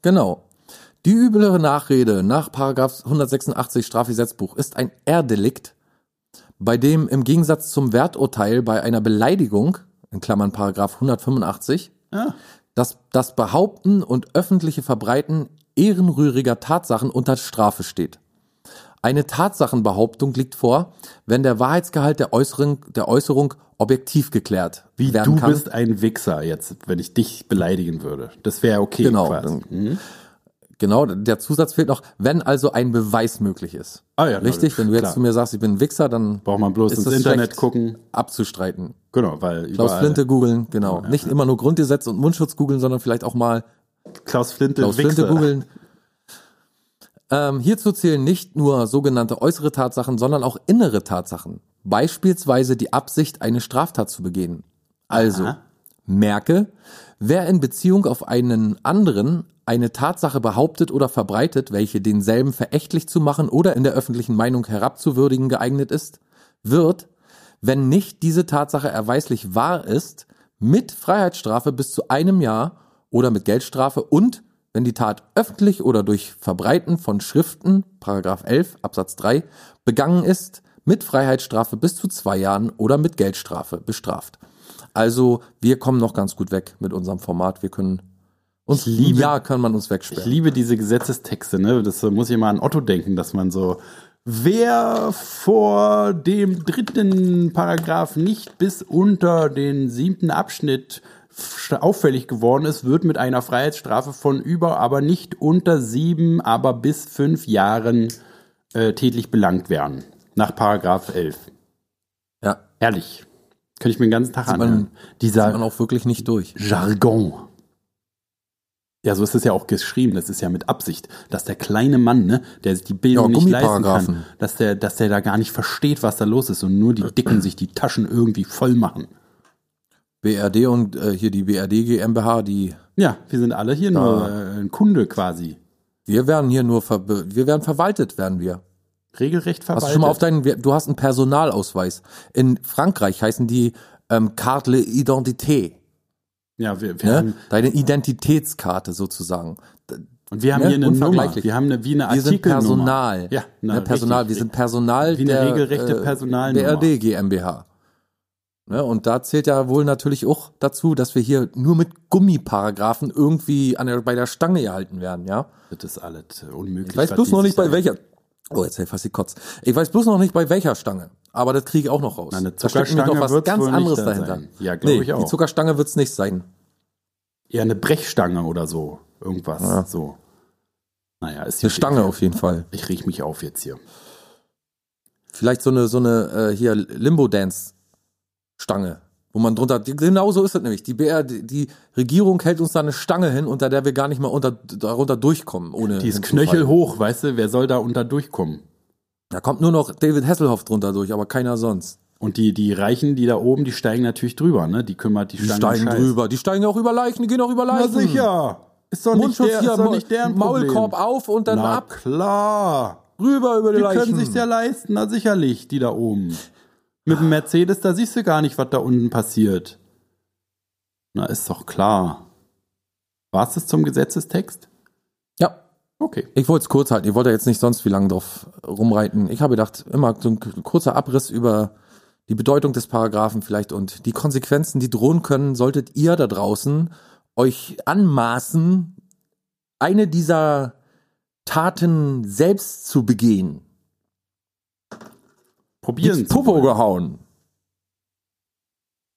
S1: Genau. Die üblere Nachrede nach Paragraph 186 Strafgesetzbuch ist ein Erdelikt, bei dem im Gegensatz zum Werturteil bei einer Beleidigung, in Klammern Paragraph 185,
S2: Ah.
S1: dass das Behaupten und öffentliche Verbreiten ehrenrühriger Tatsachen unter Strafe steht. Eine Tatsachenbehauptung liegt vor, wenn der Wahrheitsgehalt der Äußerung, der Äußerung objektiv geklärt
S2: Wie
S1: werden
S2: du
S1: kann.
S2: bist ein Wichser jetzt, wenn ich dich beleidigen würde. Das wäre okay.
S1: Genau.
S2: quasi. Mhm.
S1: Genau, der Zusatz fehlt noch, wenn also ein Beweis möglich ist.
S2: Ah ja, na,
S1: Richtig, wenn du
S2: klar.
S1: jetzt zu mir sagst, ich bin ein Wichser, dann
S2: Braucht man bloß
S1: Ist
S2: ins
S1: das
S2: Internet
S1: schlecht?
S2: gucken.
S1: abzustreiten.
S2: Genau,
S1: Klaus
S2: weil überall-
S1: Flinte googeln, genau. Nicht immer nur Grundgesetz und Mundschutz googeln, sondern vielleicht auch mal
S2: Klaus Flinte,
S1: Klaus Flinte
S2: Wichser.
S1: googeln. Ähm, hierzu zählen nicht nur sogenannte äußere Tatsachen, sondern auch innere Tatsachen. Beispielsweise die Absicht, eine Straftat zu begehen. Also,
S2: Aha.
S1: merke, wer in Beziehung auf einen anderen eine Tatsache behauptet oder verbreitet, welche denselben verächtlich zu machen oder in der öffentlichen Meinung herabzuwürdigen geeignet ist, wird, wenn nicht diese Tatsache erweislich wahr ist, mit Freiheitsstrafe bis zu einem Jahr oder mit Geldstrafe und wenn die Tat öffentlich oder durch Verbreiten von Schriften, Paragraph 11 Absatz 3, begangen ist, mit Freiheitsstrafe bis zu zwei Jahren oder mit Geldstrafe bestraft. Also wir kommen noch ganz gut weg mit unserem Format. Wir können uns
S2: Ich liebe-
S1: ja kann man uns
S2: Ich
S1: wegsperren.
S2: liebe diese Gesetzestexte, ne? Das muss ich mal an Otto denken, dass man so, wer vor dem dritten Paragraph nicht bis unter den siebten Abschnitt f- auffällig geworden ist, wird mit einer Freiheitsstrafe von über, aber nicht unter sieben, aber bis fünf Jahren äh, tätlich belangt werden. Nach Paragraph 11.
S1: Ja,
S2: Ehrlich. Könnte ich mir den ganzen Tag
S1: man-
S2: anhören.
S1: kann
S2: Dieser
S1: man auch wirklich nicht durch.
S2: Jargon. Ja, so ist es ja auch geschrieben. Das ist ja mit Absicht, dass der kleine Mann, ne, der sich die Bildung
S1: Ja,
S2: nicht leisten
S1: Gummiparagraphen.
S2: kann, dass der, dass der da gar nicht versteht, was da los ist und nur die Dicken sich die Taschen irgendwie voll machen.
S1: BRD und äh, hier die BRD GmbH, die
S2: Ja, wir sind alle hier nur äh, ein Kunde quasi.
S1: wir werden hier nur ver wir werden verwaltet werden wir.
S2: Regelrecht verwaltet.
S1: Hast du schon mal auf deinen, wir- du hast einen Personalausweis. In Frankreich heißen die ähm, Carte l'identité,
S2: ja, wir, wir
S1: ne?
S2: haben,
S1: deine Identitätskarte sozusagen. D-
S2: Und wir haben
S1: Ne?
S2: hier eine Nummer.
S1: Unvergleichlich.
S2: Wir haben eine, wie eine
S1: Wir sind
S2: Artikelnummer.
S1: Personal.
S2: Ja, na,
S1: ne, Personal. Wir
S2: richtig.
S1: sind Personal
S2: Wie eine
S1: der,
S2: regelrechte
S1: äh,
S2: Personalnummer.
S1: der RD GmbH. Ne, und da zählt ja wohl natürlich auch dazu, dass wir hier nur mit Gummiparagraphen irgendwie an der, bei der Stange gehalten werden, ja.
S2: Das ist alles äh, unmöglich.
S1: Ich weiß
S2: was
S1: bloß
S2: die
S1: noch
S2: sich
S1: nicht bei
S2: da-
S1: welcher. Oh, jetzt hätte ich fast die Kotz. Ich weiß bloß noch nicht bei welcher Stange. Aber das kriege ich auch noch raus.
S2: Na, eine
S1: da steckt nämlich
S2: Zuckerstange
S1: noch was
S2: wird's
S1: ganz
S2: wohl nicht
S1: anderes
S2: da
S1: dahinter.
S2: sein. Ja, glaub ich auch.
S1: Die Zuckerstange wird's nicht sein.
S2: Eher eine Brechstange oder so. Irgendwas. So. Naja, ist
S1: Eine
S2: jetzt
S1: Stange
S2: egal.
S1: auf jeden Fall.
S2: Ich riech mich auf jetzt hier.
S1: Vielleicht so eine, so eine äh, hier Limbo-Dance-Stange, wo man drunter. Die, genau so ist das nämlich. Die BR, die, die Regierung hält uns da eine Stange hin, unter der wir gar nicht mal unter, darunter durchkommen, ohne.
S2: Die ist
S1: hinzufallen.
S2: knöchelhoch, weißt du? Wer soll da unter durchkommen?
S1: Da kommt nur noch David Hasselhoff drunter durch, aber keiner sonst.
S2: Und die, die Reichen, die da oben, die steigen natürlich drüber, ne? Die kümmert die,
S1: Die
S2: Stange
S1: steigen
S2: Scheiß.
S1: drüber, die steigen ja auch über Leichen, die gehen auch über
S2: Na
S1: Leichen.
S2: sicher. Ist doch nicht,
S1: Mundschutz
S2: der,
S1: hier,
S2: ist doch
S1: Ma-
S2: nicht deren
S1: Maulkorb
S2: Problem.
S1: auf und dann
S2: Na
S1: ab, hm.
S2: klar.
S1: rüber über die,
S2: Die
S1: Leichen.
S2: können sich's ja leisten, na sicherlich, die da oben. Mit dem Mercedes, da siehst du gar nicht, was da unten passiert. Na, ist doch klar. War es das zum Gesetzestext?
S1: ja,
S2: Okay.
S1: ich wollte es kurz halten, ich wollte jetzt nicht sonst wie lange drauf rumreiten. Ich habe gedacht, immer so ein kurzer Abriss über die Bedeutung des Paragraphen vielleicht und die Konsequenzen, die drohen können, solltet ihr da draußen euch anmaßen, eine dieser Taten selbst zu begehen.
S2: Probieren
S1: Ins
S2: Sie.
S1: Popo gehauen.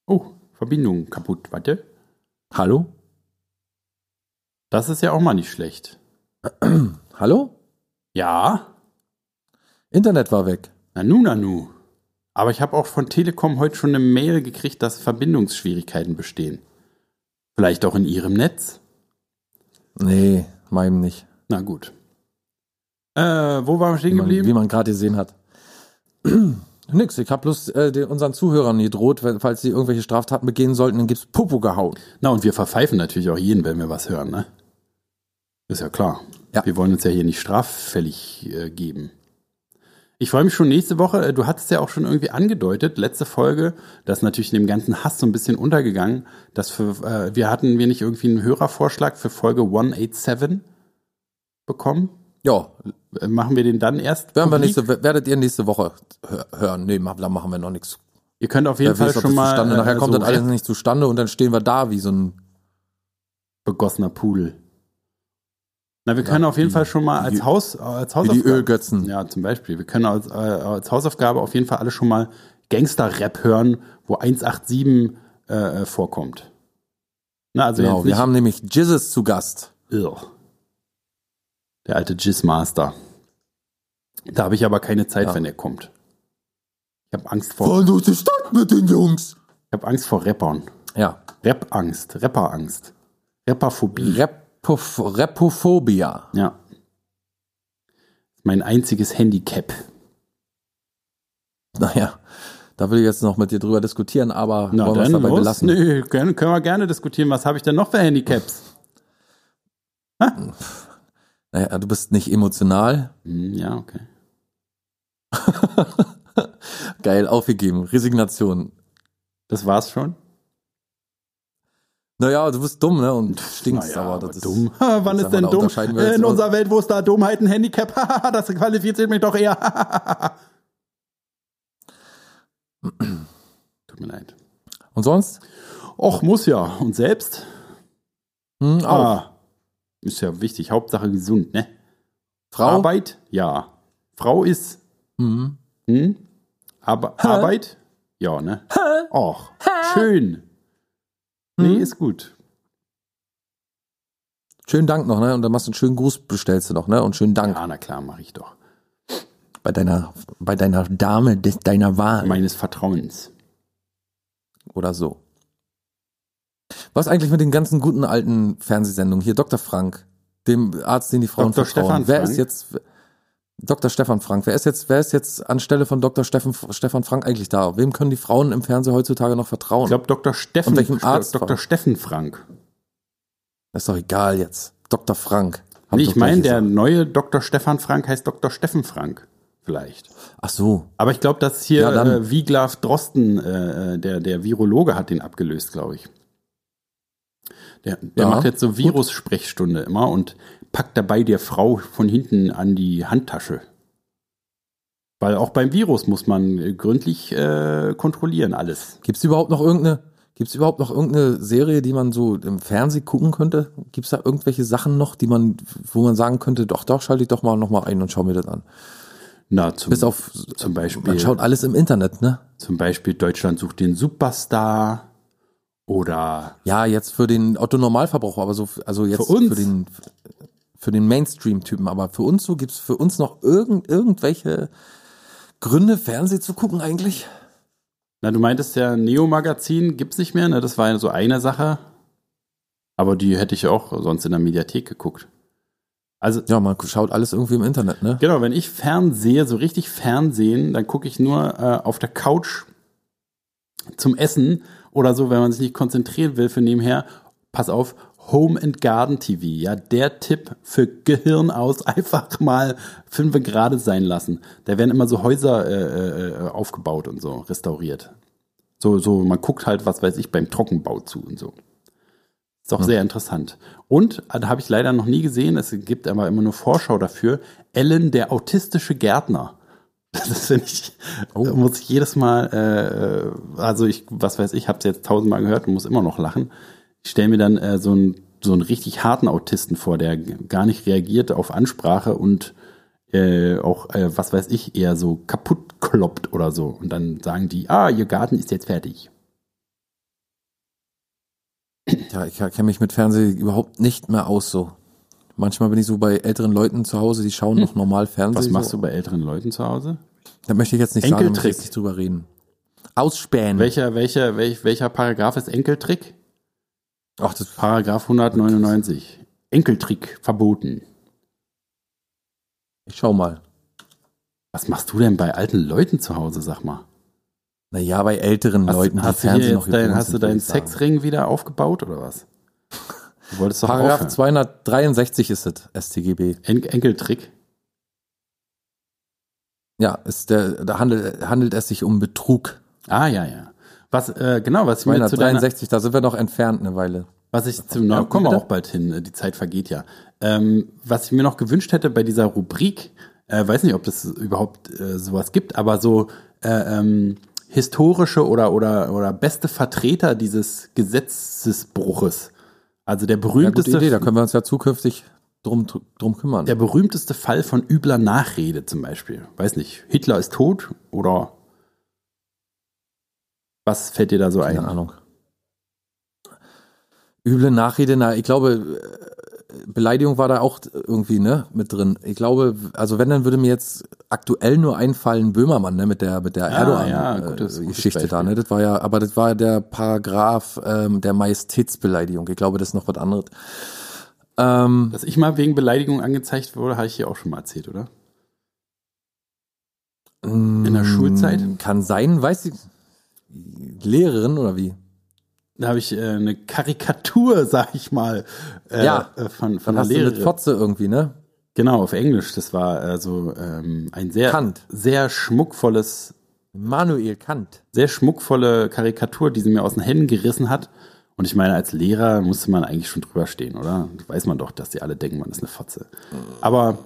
S2: Oh, Verbindung kaputt. Warte.
S1: Hallo?
S2: Das ist ja auch mal nicht schlecht.
S1: Hallo?
S2: Ja.
S1: Internet war weg.
S2: Nanu, nanu. Aber ich habe auch von Telekom heute schon eine Mail gekriegt, dass Verbindungsschwierigkeiten bestehen. Vielleicht auch in ihrem Netz?
S1: Nee, meinem nicht.
S2: Na gut. Äh, wo waren wir stehen
S1: wie man,
S2: geblieben?
S1: wie man gerade gesehen hat. Nix, ich habe bloß äh, den, unseren Zuhörern gedroht, wenn, falls sie irgendwelche Straftaten begehen sollten, dann gibt's Popo gehauen.
S2: Na, und wir verpfeifen natürlich auch jeden, wenn wir was hören, ne? Ist ja klar.
S1: Ja.
S2: Wir wollen uns ja hier nicht straffällig äh, geben. Ich freue mich schon nächste Woche. Äh, Du hattest ja auch schon irgendwie angedeutet, letzte Folge, das ist natürlich in dem ganzen Hass so ein bisschen untergegangen, dass für, äh, wir hatten wir nicht irgendwie einen Hörervorschlag für Folge 187 bekommen?
S1: Ja,
S2: Äh, machen wir den dann erst?
S1: werden wir
S2: publik?
S1: nächste, werdet ihr nächste Woche hör- hören. Nee, ma- da machen wir noch nichts.
S2: Ihr könnt auf jeden
S1: Wer
S2: Fall
S1: weiß, ob
S2: schon
S1: das
S2: mal.
S1: zustande. Nachher
S2: äh,
S1: kommt
S2: so
S1: das alles
S2: Rest
S1: nicht zustande und dann stehen wir da wie so ein
S2: begossener Pudel. Na, wir können auf jeden Fall schon mal als Haus, äh, als
S1: wie die
S2: Hausaufgabe.
S1: Ölgötzen.
S2: Ja, zum Beispiel. Wir können als, äh, als Hausaufgabe auf jeden Fall alle schon mal Gangster-Rap hören, wo 187 äh, äh, vorkommt. Na, also
S1: Genau,
S2: jetzt nicht,
S1: wir haben nämlich Jizzes zu Gast.
S2: Ugh. Der alte Jizz-Master. Da habe ich aber keine Zeit,
S1: Ja.
S2: wenn er kommt. Ich habe Angst vor,
S1: Fahren durch die Stadt mit den Jungs.
S2: ich habe Angst vor Rappern.
S1: Ja,
S2: Rap-Angst, Rapper-Angst. Rapperphobie.
S1: Repof Repophobia.
S2: Ja. Mein einziges Handicap.
S1: Naja, da will ich jetzt noch mit dir drüber diskutieren, aber wollen wir es dabei belassen.
S2: Nö, können, können wir gerne diskutieren. Was habe ich denn noch für Handicaps?
S1: Naja, du bist nicht emotional.
S2: Hm, ja, okay.
S1: Geil, aufgegeben. Resignation.
S2: Das war's schon.
S1: Naja, du bist dumm, ne? Und stinkst,
S2: Naja,
S1: aber das ist
S2: dumm. Ha, wann
S1: das sagen wir,
S2: ist denn
S1: da
S2: dumm?
S1: unterscheiden wir jetzt
S2: In
S1: immer.
S2: unserer Welt, wo es da Dummheit ein Handicap. Hahaha, das qualifiziert mich doch eher. Tut mir leid.
S1: Und sonst?
S2: Och, muss ja. Und selbst?
S1: Hm, auch.
S2: Ah. Ist ja wichtig. Hauptsache gesund, ne?
S1: Frau?
S2: Arbeit? Ja. Frau ist
S1: Mhm.
S2: Hm? Aber Arbeit? Ja, ne? Och, schön. Nee,
S1: Hm?
S2: ist gut.
S1: Schönen Dank noch, ne? Und dann machst du einen schönen Gruß, bestellst du noch, ne? Und schönen Dank
S2: Ja, na klar, mache ich doch.
S1: bei deiner, bei deiner Dame, des, deiner Wahl
S2: Meines Vertrauens.
S1: oder so. Was eigentlich mit den ganzen guten alten Fernsehsendungen? Hier, Dr. Frank, dem Arzt, den die Frauen
S2: Dr.
S1: vertrauen.
S2: Stefan
S1: wer
S2: Frank?
S1: ist jetzt Dr. Stefan Frank? Wer ist jetzt, wer ist jetzt anstelle von Dr. Steffen, Stefan Frank eigentlich da? Wem können die Frauen im Fernsehen heutzutage noch vertrauen?
S2: Ich glaube, Dr. Steffen,
S1: Und welchem Arzt
S2: Dr.
S1: war?
S2: Steffen Frank.
S1: Ist doch egal jetzt. Dr. Frank. Hab
S2: Nee,
S1: doch
S2: ich meine,
S1: gleich
S2: der
S1: gesagt.
S2: neue Dr. Stefan Frank heißt Dr. Steffen Frank. Vielleicht.
S1: Ach so.
S2: Aber ich glaube, dass hier
S1: Ja, dann.
S2: äh, Wiglaf Drosten, äh, äh, der, der Virologe, hat den abgelöst, glaube ich. Der, der
S1: Ja,
S2: macht jetzt so Virus-Sprechstunde immer und packt dabei der Frau von hinten an die Handtasche. Weil auch beim Virus muss man gründlich äh, kontrollieren alles.
S1: Gibt es überhaupt noch irgendeine, gibt's überhaupt noch irgendeine Serie, die man so im Fernsehen gucken könnte? Gibt es da irgendwelche Sachen noch, die man, wo man sagen könnte, doch, doch, schalte ich doch mal nochmal ein und schau mir das an.
S2: Na, zum,
S1: Bis auf,
S2: zum Beispiel,
S1: man schaut alles im Internet, ne?
S2: zum Beispiel Deutschland sucht den Superstar oder
S1: Ja, jetzt für den Otto Normalverbraucher, aber so, also jetzt
S2: Für uns?
S1: den, für den Mainstream-Typen, aber für uns so gibt's für uns noch irgend, irgendwelche Gründe, Fernsehen zu gucken eigentlich?
S2: Na, du meintest ja, Neo-Magazin gibt's nicht mehr, ne? Das war ja so eine Sache. Aber die hätte ich auch sonst in der Mediathek geguckt. Also,
S1: Ja, man schaut alles irgendwie im Internet, ne?
S2: genau, wenn ich fernsehe, so richtig Fernsehen, dann gucke ich nur äh, auf der Couch zum Essen oder so, wenn man sich nicht konzentrieren will für nebenher. Pass auf, Home and Garden TV, ja, der Tipp für Gehirn aus, einfach mal fünf gerade sein lassen. Da werden immer so Häuser äh, äh, äh, aufgebaut und so, restauriert. So, so, man guckt halt, was weiß ich, beim Trockenbau zu und so. Ist auch sehr interessant. Und, äh, da habe ich leider noch nie gesehen, es gibt aber immer nur Vorschau dafür, Ellen, der autistische Gärtner. Das finde ich, äh, muss ich jedes Mal, äh, also ich, was weiß ich, habe es jetzt tausendmal gehört und muss immer noch lachen. Ich stelle mir dann äh, so, einen, so einen richtig harten Autisten vor, der g- gar nicht reagiert auf Ansprache und äh, auch, äh, was weiß ich, eher so kaputt kloppt oder so. Und dann sagen die, ah, ihr Garten ist jetzt fertig.
S1: Ja, ich kenne mich mit Fernsehen überhaupt nicht mehr aus so. Manchmal bin ich so bei älteren Leuten zu Hause, die schauen noch normal Fernsehen.
S2: Hm. Was machst
S1: so.
S2: du bei älteren Leuten zu Hause?
S1: Da möchte ich jetzt nicht sagen, da möchte ich
S2: Enkeltrick.
S1: jetzt nicht drüber reden. Ausspähen.
S2: Welcher, welcher, welch, welcher Paragraph ist Enkeltrick?
S1: Ach, das
S2: Paragraph 199. Enkeltrick verboten.
S1: ich schau mal.
S2: Was machst du denn bei alten Leuten zu Hause, sag mal?
S1: Naja, bei älteren
S2: Hast,
S1: Leuten,
S2: hast, du, hier jetzt
S1: jung
S2: dein, hast
S1: sind,
S2: du
S1: würde
S2: deinen
S1: ich sagen.
S2: Sexring wieder aufgebaut oder was? Du wolltest doch
S1: Paragraph
S2: aufhören.
S1: 263 ist es, StGB.
S2: En Enkeltrick.
S1: Ja, ist der, da handelt, handelt es sich um Betrug.
S2: Ah, ja, ja. Was, äh, genau, was ich mir zu deiner,
S1: 263, da sind wir noch entfernt eine Weile.
S2: Was ich zum Na, kommen wir
S1: bitte?
S2: auch bald hin, äh, die Zeit vergeht ja. Ähm, was ich mir noch gewünscht hätte bei dieser Rubrik, äh, weiß nicht, ob das überhaupt äh, sowas gibt, aber so äh, ähm, historische oder, oder, oder beste Vertreter dieses Gesetzesbruches. Also der
S1: Ja, gute
S2: berühmteste,
S1: Idee, da können wir uns ja zukünftig drum, drum kümmern.
S2: der berühmteste Fall von übler Nachrede zum Beispiel. Weiß nicht, Hitler ist tot oder was fällt dir da so
S1: Keine
S2: ein?
S1: Ahnung. Üble Nachrede, na, ich glaube, äh, Beleidigung war da auch irgendwie, ne, mit drin. Ich glaube, also wenn, dann würde mir jetzt aktuell nur einfallen Böhmermann, ne, mit der, mit der
S2: Ah, ja, gutes- gutes
S1: Erdogan-Geschichte da, ne, das war ja, aber das war der Paragraph ähm, der Majestätsbeleidigung. Ich glaube, das ist noch was anderes. Ähm,
S2: Dass ich mal wegen Beleidigung angezeigt wurde, habe ich hier auch schon mal erzählt, oder?
S1: in
S2: der Schulzeit?
S1: Kann sein, weiß ich, Lehrerin oder wie?
S2: Da habe ich äh, eine Karikatur, sag ich mal, äh,
S1: Ja.
S2: äh, von,
S1: Dann
S2: von der
S1: hast du mit
S2: Lehrerin.
S1: Fotze irgendwie, ne?
S2: Genau, auf Englisch. Das war also ähm, ein sehr,
S1: Kant.
S2: sehr schmuckvolles,
S1: Manuel Kant.
S2: sehr schmuckvolle Karikatur, die sie mir aus den Händen gerissen hat. Und ich meine, als Lehrer musste man eigentlich schon drüber stehen, oder? Weiß man doch, dass die alle denken, man ist eine Fotze. Aber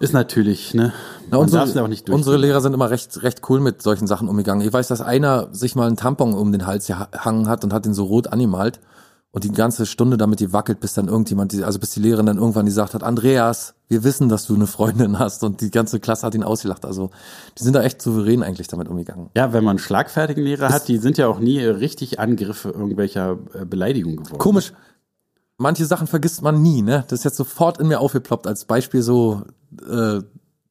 S2: ist natürlich, ne?
S1: Na,
S2: man
S1: unsere,
S2: darf es ja auch nicht durch.
S1: unsere Lehrer sind immer recht, recht cool mit solchen Sachen umgegangen. Ich weiß, dass einer sich mal einen Tampon um den Hals gehangen hat und hat den so rot animalt und die ganze Stunde damit gewackelt, bis dann irgendjemand, die- also bis die Lehrerin dann irgendwann gesagt hat, Andreas, wir wissen, dass du eine Freundin hast und die ganze Klasse hat ihn ausgelacht. Also die sind da echt souverän eigentlich damit umgegangen.
S2: ja, wenn man einen schlagfertigen Lehrer hat, die sind ja auch nie richtig Angriffe irgendwelcher äh, Beleidigungen geworden.
S1: Komisch. Manche Sachen vergisst man nie, ne? Das ist jetzt sofort in mir aufgeploppt als Beispiel so, äh,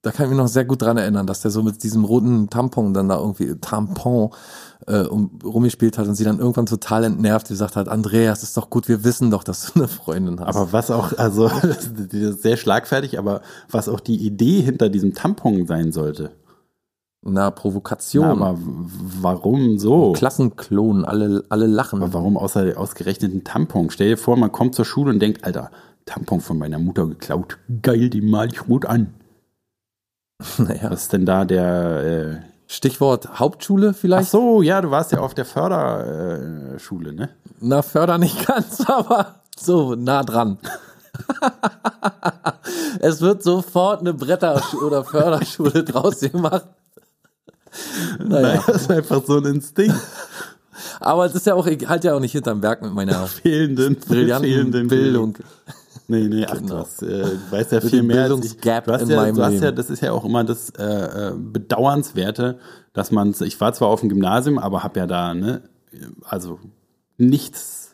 S1: da kann ich mich noch sehr gut dran erinnern, dass der so mit diesem roten Tampon dann da irgendwie Tampon äh, um, rumgespielt hat und sie dann irgendwann total entnervt gesagt hat, Andreas, ist doch gut, wir wissen doch, dass du eine Freundin hast.
S2: Aber was auch, also das ist sehr schlagfertig, aber was auch die Idee hinter diesem Tampon sein sollte.
S1: Na,
S2: Ja,
S1: Provokation.
S2: aber w- warum so?
S1: Klassenklon, alle, alle lachen.
S2: Aber warum außer ausgerechnet ein Tampon? Stell dir vor, man kommt zur Schule und denkt, Alter, Tampon von meiner Mutter geklaut. Geil, die mal ich rot an.
S1: Naja.
S2: Was ist denn da der? Äh,
S1: Stichwort Hauptschule
S2: ach
S1: vielleicht?
S2: so, ja, du warst ja auf der Förderschule, ne?
S1: Na, förder nicht ganz, aber so nah dran. Es wird sofort eine Bretter- oder Förderschule draus gemacht.
S2: Nein,
S1: Naja.
S2: das ist einfach so ein Instinkt.
S1: Aber es ist ja auch, ich halte ja auch nicht hinterm Berg mit meiner
S2: Fehlenden,
S1: brillanten Bildung.
S2: Nee, nee, ach,
S1: Genau.
S2: du hast, äh, du weißt ja
S1: Mit
S2: viel
S1: dem
S2: mehr. als ich.
S1: Bildungsgap
S2: du hast
S1: in
S2: ja,
S1: meinem
S2: du hast ja,
S1: Leben.
S2: das ist ja auch immer das äh, äh, Bedauernswerte, dass man, ich war zwar auf dem Gymnasium, aber habe ja da, ne, also nichts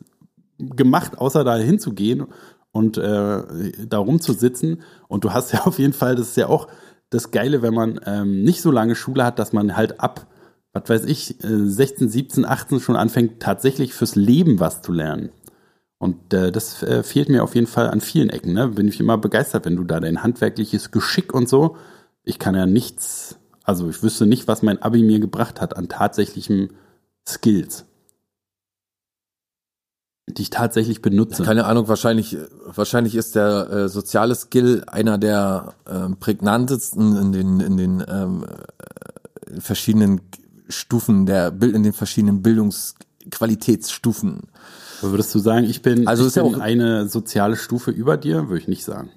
S2: gemacht, außer da hinzugehen und äh, da rumzusitzen. Und du hast ja auf jeden Fall, das ist ja auch das Geile, wenn man ähm, nicht so lange Schule hat, dass man halt ab, was weiß ich, äh, 16, 17, 18 schon anfängt, tatsächlich fürs Leben was zu lernen. Und äh, das äh, fehlt mir auf jeden Fall an vielen Ecken. Ne? Bin ich immer begeistert, wenn du da dein handwerkliches Geschick und so. Ich kann ja nichts, also ich wüsste nicht, was mein Abi mir gebracht hat an tatsächlichen Skills, die ich tatsächlich benutze.
S1: Keine Ahnung, wahrscheinlich, wahrscheinlich ist der äh, soziale Skill einer der ähm, prägnantesten in den, in den ähm, äh, verschiedenen Stufen der Bild, in den verschiedenen Bildungsqualitätsstufen.
S2: Aber Würdest du sagen, ich bin,
S1: Also
S2: ich
S1: ist ja
S2: bin
S1: auch-
S2: eine soziale Stufe über dir? Würde ich nicht sagen.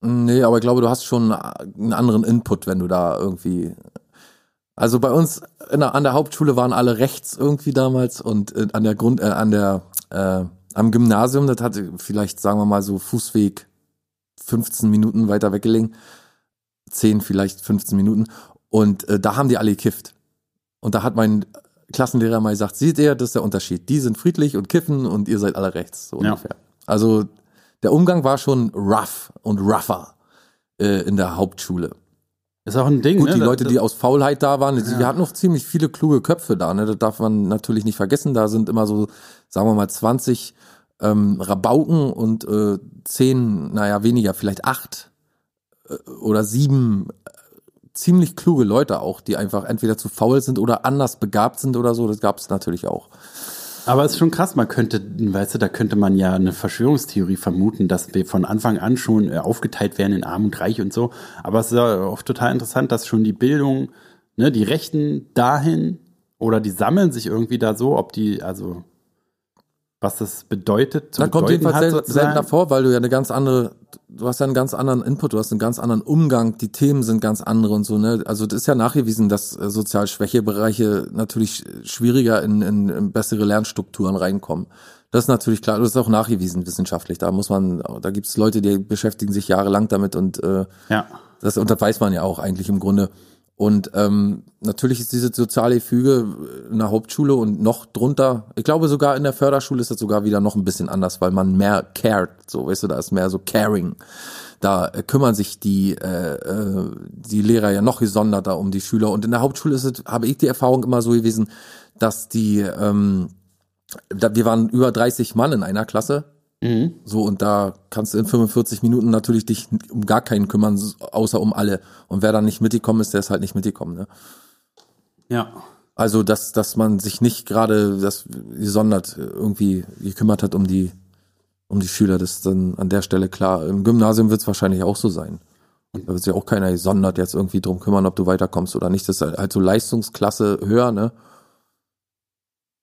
S1: Nee, aber ich glaube, du hast schon einen anderen Input, wenn du da irgendwie. Also bei uns in der, an der Hauptschule waren alle rechts irgendwie damals und äh, an der Grund, äh, an der, äh, am Gymnasium, das hatte vielleicht, sagen wir mal, so Fußweg 15 Minuten weiter weggelegen. 10, vielleicht 15 Minuten. Und äh, da haben die alle gekifft. Und da hat mein Klassenlehrer mal gesagt, seht ihr, das ist der Unterschied. Die sind friedlich und kiffen und ihr seid alle rechts. So
S2: Ja.
S1: ungefähr. Also der Umgang war schon rough und rougher äh, in der Hauptschule.
S2: Ist auch ein Ding.
S1: Gut,
S2: ne?
S1: die Leute,
S2: Das-
S1: die aus Faulheit da waren, die, wir hatten noch ziemlich viele kluge Köpfe da, ne? Das darf man natürlich nicht vergessen. Da sind immer so, sagen wir mal, 20 ähm, Rabauken und äh, 10, naja, weniger, vielleicht acht äh, oder sieben äh, ziemlich kluge Leute auch, die einfach entweder zu faul sind oder anders begabt sind oder so. Das gab es natürlich auch.
S2: Aber es ist schon krass, man könnte, weißt du, da könnte man ja eine Verschwörungstheorie vermuten, dass wir von Anfang an schon äh, aufgeteilt werden in Arm und Reich und so. Aber es ist ja auch total interessant, dass schon die Bildung, ne, die Rechten dahin oder die sammeln sich irgendwie da so, ob die, also was das bedeutet, zu
S1: Na, kommt
S2: bedeuten
S1: jedenfalls
S2: hat,
S1: sel
S2: sozusagen.
S1: seltener vor, weil du ja eine ganz andere, du hast ja einen ganz anderen Input, du hast einen ganz anderen Umgang, die Themen sind ganz andere und so, ne? Also das ist ja nachgewiesen, dass äh, sozial schwäche Bereiche natürlich schwieriger in, in, in bessere Lernstrukturen reinkommen. Das ist natürlich klar, das ist auch nachgewiesen wissenschaftlich. Da muss man, da gibt es Leute, die beschäftigen sich jahrelang damit und äh,
S2: Ja,
S1: das, und das weiß man ja auch eigentlich im Grunde. Und ähm, natürlich ist dieses soziale Gefüge in der Hauptschule und noch drunter, ich glaube sogar in der Förderschule ist das sogar wieder noch ein bisschen anders, weil man mehr cared, so weißt du, da ist mehr so caring. Da äh, kümmern sich die, äh, äh, die Lehrer ja noch gesonderter um die Schüler. Und in der Hauptschule ist es, habe ich die Erfahrung immer so gewesen, dass die, ähm, da, wir waren über 30 Mann in einer Klasse so, und da kannst du in 45 Minuten natürlich dich um gar keinen kümmern, s- außer um alle. Und wer dann nicht mitgekommen ist, der ist halt nicht mitgekommen. Ne?
S2: ja.
S1: Also, dass, dass man sich nicht gerade das gesondert äh, irgendwie gekümmert hat um die, um die Schüler, das ist dann an der Stelle klar. Im Gymnasium wird es wahrscheinlich auch so sein. Und da wird sich auch keiner gesondert jetzt irgendwie drum kümmern, ob du weiterkommst oder nicht. Das ist halt halt so Leistungsklasse höher, ne?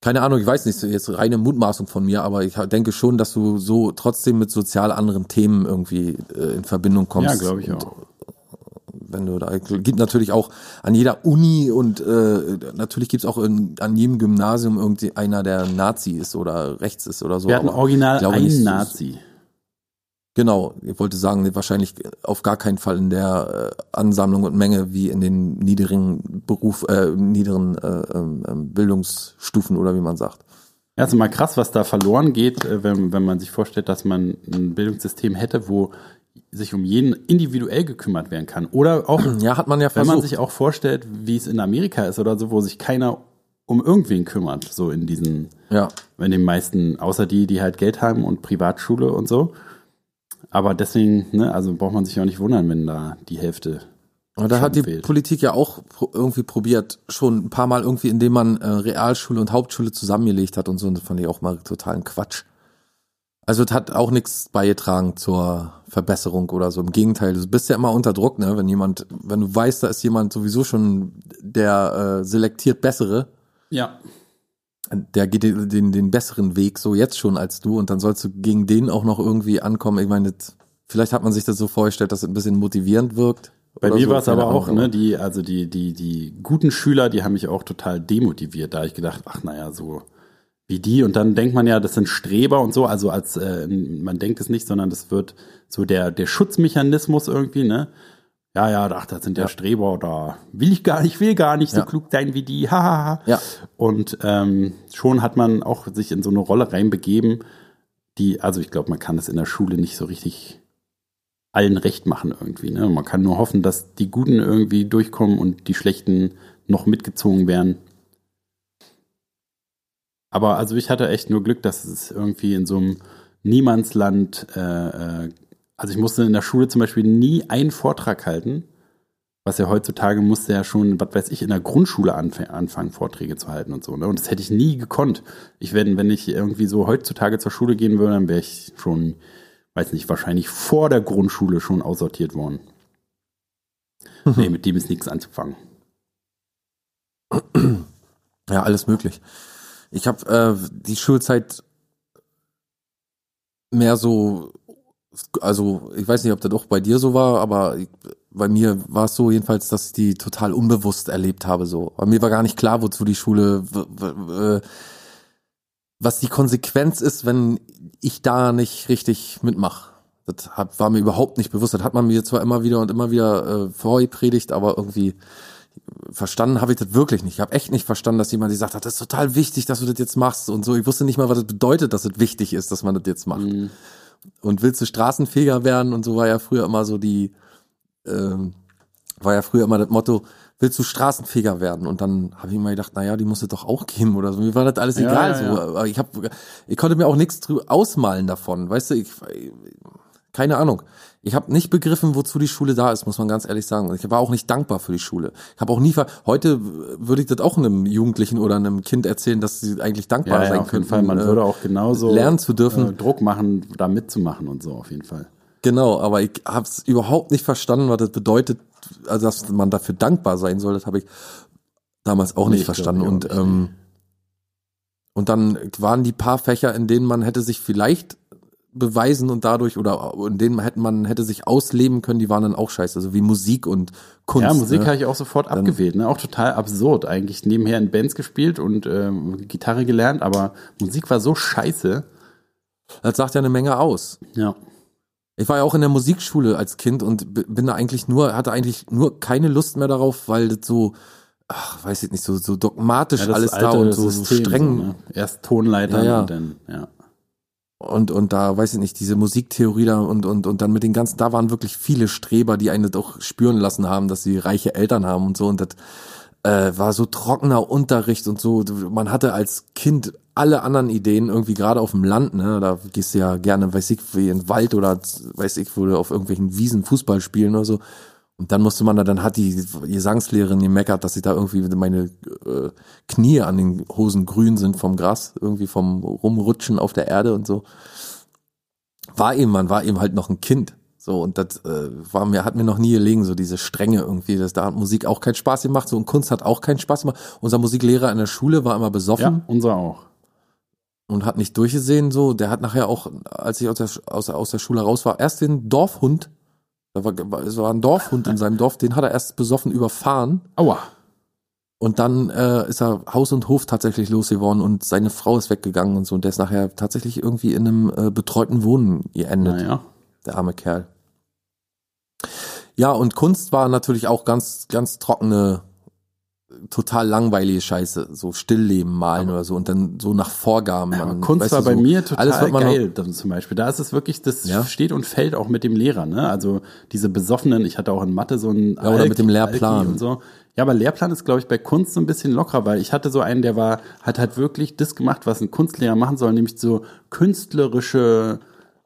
S1: Keine Ahnung, ich weiß nicht, so jetzt reine Mutmaßung von mir, aber ich ha- denke schon, dass du so trotzdem mit sozial anderen Themen irgendwie äh, in Verbindung kommst.
S2: Ja, glaube ich auch.
S1: wenn du da gibt natürlich auch an jeder Uni und äh, natürlich gibt's auch in, an jedem Gymnasium irgendwie einer der Nazi ist oder rechts ist oder so.
S2: Wir hatten
S1: aber ich
S2: original
S1: glaube
S2: einen
S1: nicht, so-
S2: Nazi.
S1: Genau, ich wollte sagen, nee, wahrscheinlich auf gar keinen Fall in der äh, Ansammlung und Menge wie in den niederen Beruf, äh, niederen äh, ähm, ähm, Bildungsstufen oder wie man sagt.
S2: Ja, ist immer krass, was da verloren geht, äh, wenn, wenn man sich vorstellt, dass man ein Bildungssystem hätte, wo sich um jeden individuell gekümmert werden kann. Oder auch
S1: Ja, hat man ja
S2: Wenn man
S1: versucht.
S2: sich auch vorstellt, wie es in Amerika ist oder so, wo sich keiner um irgendwen kümmert, so in diesen,
S1: ja.
S2: in den meisten, außer die, die halt Geld haben und Privatschule und so. Aber deswegen, ne, also braucht man sich auch nicht wundern, wenn da die Hälfte.
S1: Und da
S2: schon
S1: hat die
S2: fehlt.
S1: Politik ja auch pro irgendwie probiert, schon ein paar Mal irgendwie, indem man äh, Realschule und Hauptschule zusammengelegt hat und so. Und das fand ich auch mal totalen Quatsch. Also es hat auch nichts beigetragen zur Verbesserung oder so. Im Gegenteil, du bist ja immer unter Druck, ne? Wenn jemand, wenn du weißt, da ist jemand sowieso schon der äh, selektiert Bessere,
S2: Ja.
S1: der geht den, den, den besseren Weg so jetzt schon als du und dann sollst du gegen den auch noch irgendwie ankommen. Ich meine, das- vielleicht hat man sich das so vorgestellt, dass es ein bisschen motivierend wirkt.
S2: Bei
S1: oder
S2: mir
S1: so,
S2: war es
S1: keine
S2: aber auch,
S1: Ahnung.
S2: ne, die, also die, die, die guten Schüler, die haben mich auch total demotiviert. Da hab ich gedacht, ach naja, so wie die. Und dann denkt man ja, das sind Streber und so. Also als äh, man denkt es nicht, sondern das wird so der, der Schutzmechanismus irgendwie, ne? Ja, ja, ach, das sind ja, Streber oder will ich gar nicht, will gar nicht
S1: Ja.
S2: so klug sein wie die. Hahaha.
S1: Ja.
S2: Und ähm, schon hat man auch sich in so eine Rolle reinbegeben, die, also ich glaube, man kann das in der Schule nicht so richtig allen recht machen irgendwie. Ne? Man kann nur hoffen, dass die Guten irgendwie durchkommen und die Schlechten noch mitgezogen werden. Aber also ich hatte echt nur Glück, dass es irgendwie in so einem Niemandsland, äh, äh, also ich musste in der Schule zum Beispiel nie einen Vortrag halten, was ja heutzutage musste ja schon, was weiß ich, in der Grundschule anf anfangen, Vorträge zu halten und so. Ne? Und das hätte ich nie gekonnt. Ich wenn, wenn ich irgendwie so heutzutage zur Schule gehen würde, dann wäre ich schon, weiß nicht, wahrscheinlich vor der Grundschule schon aussortiert worden. Nee, mit dem ist nichts anzufangen.
S1: Ja, alles möglich. Ich habe äh, die Schulzeit mehr so, also ich weiß nicht, ob das auch bei dir so war, aber ich, bei mir war es so jedenfalls, dass ich die total unbewusst erlebt habe. So, bei mir war gar nicht klar, wozu die Schule, w- w- äh, was die Konsequenz ist, wenn ich da nicht richtig mitmache. Das hat, war mir überhaupt nicht bewusst. Das hat man mir zwar immer wieder und immer wieder äh, vorgepredigt, aber irgendwie verstanden habe ich das wirklich nicht. Ich habe echt nicht verstanden, dass jemand gesagt hat, das ist total wichtig, dass du das jetzt machst und so. Ich wusste nicht mal, was das bedeutet, dass es wichtig ist, dass man das jetzt macht.
S2: Mhm.
S1: Und willst du Straßenfeger werden und so war ja früher immer so die, ähm, war ja früher immer das Motto, willst du Straßenfeger werden? Und dann habe ich immer gedacht, naja, die muss es doch auch geben oder so. Mir war das alles
S2: Ja,
S1: egal.
S2: ja, ja.
S1: so. Aber Ich, hab, ich konnte mir auch nichts drü- ausmalen davon. Weißt du, ich, keine Ahnung. Ich habe nicht begriffen, wozu die Schule da ist, muss man ganz ehrlich sagen. Und ich war auch nicht dankbar für die Schule. Ich habe auch nie ver heute würde ich das auch einem Jugendlichen oder einem Kind erzählen, dass sie eigentlich dankbar
S2: Ja, ja,
S1: sein
S2: auf jeden
S1: könnten.
S2: Fall. Man
S1: äh,
S2: würde auch genauso
S1: lernen zu dürfen.
S2: äh, Druck machen, da mitzumachen und so auf jeden Fall.
S1: Genau, aber ich habe es überhaupt nicht verstanden, was das bedeutet, also dass man dafür dankbar sein soll. Das habe ich damals auch
S2: Nee,
S1: nicht
S2: ich glaub,
S1: verstanden.
S2: ich auch
S1: Und
S2: nicht.
S1: ähm, und dann waren die paar Fächer, in denen man hätte sich vielleicht beweisen und dadurch oder in denen hätte man hätte sich ausleben können, die waren dann auch scheiße, also wie Musik und Kunst.
S2: ja, Musik
S1: ne?
S2: habe ich auch sofort abgewählt. Ne? Auch total absurd. Eigentlich nebenher in Bands gespielt und ähm, Gitarre gelernt, aber Musik war so scheiße.
S1: Das sagt ja eine Menge aus.
S2: Ja.
S1: Ich war ja auch in der Musikschule als Kind und b- bin da eigentlich nur, hatte eigentlich nur keine Lust mehr darauf, weil das so, ach, weiß ich nicht, so, so dogmatisch
S2: ja das
S1: alles da
S2: alte
S1: und so, so
S2: System,
S1: streng.
S2: so, ne? Erst
S1: Ja,
S2: Tonleiter
S1: ja.
S2: und dann, ja.
S1: Und, und da, weiß ich nicht, diese Musiktheorie da und, und, und dann mit den ganzen, da waren wirklich viele Streber, die einen doch spüren lassen haben, dass sie reiche Eltern haben und so. Und das äh, war so trockener Unterricht und so. Man hatte als Kind alle anderen Ideen irgendwie gerade auf dem Land, ne? Da gehst du ja gerne, weiß ich, wie in den Wald oder weiß ich, wo du auf irgendwelchen Wiesen Fußball spielen oder so. Und dann musste man da, dann hat die Gesangslehrerin gemeckert, dass ich da irgendwie meine äh, Knie an den Hosen grün sind vom Gras, irgendwie vom Rumrutschen auf der Erde und so. War eben, man war eben halt noch ein Kind. So, und das äh, war mir, hat mir noch nie gelegen, so diese Strenge irgendwie. Das, da hat Musik auch keinen Spaß gemacht, so und Kunst hat auch keinen Spaß gemacht. Unser Musiklehrer in der Schule war immer besoffen
S2: Ja, unser auch.
S1: und hat nicht durchgesehen, so. Der hat nachher auch, als ich aus der, Sch- aus, aus der Schule raus war, erst den Dorfhund, da war, war- es war ein Dorfhund in seinem Dorf, den hat er erst besoffen überfahren.
S2: Aua.
S1: Und dann äh, ist er Haus und Hof tatsächlich losgeworden und seine Frau ist weggegangen und so. Und der ist nachher tatsächlich irgendwie in einem äh, betreuten Wohnen geendet,
S2: Naja.
S1: der arme Kerl. Ja, und Kunst war natürlich auch ganz, ganz trockene, total langweilige Scheiße. So Stillleben malen oder so und dann so nach Vorgaben.
S2: Aber
S1: man-
S2: Kunst
S1: weißt
S2: war
S1: du,
S2: bei
S1: so
S2: mir total
S1: alles, was man
S2: geil, dann zum Beispiel. Da ist es wirklich, das
S1: Ja.
S2: steht und fällt auch mit dem Lehrer, ne? Also diese besoffenen, ich hatte auch in Mathe so einen
S1: oder mit dem Lehrplan.
S2: und so. Ja, aber Lehrplan ist, glaube ich, bei Kunst so ein bisschen lockerer, weil ich hatte so einen, der war, hat halt wirklich das gemacht, was ein Kunstlehrer machen soll, nämlich so künstlerische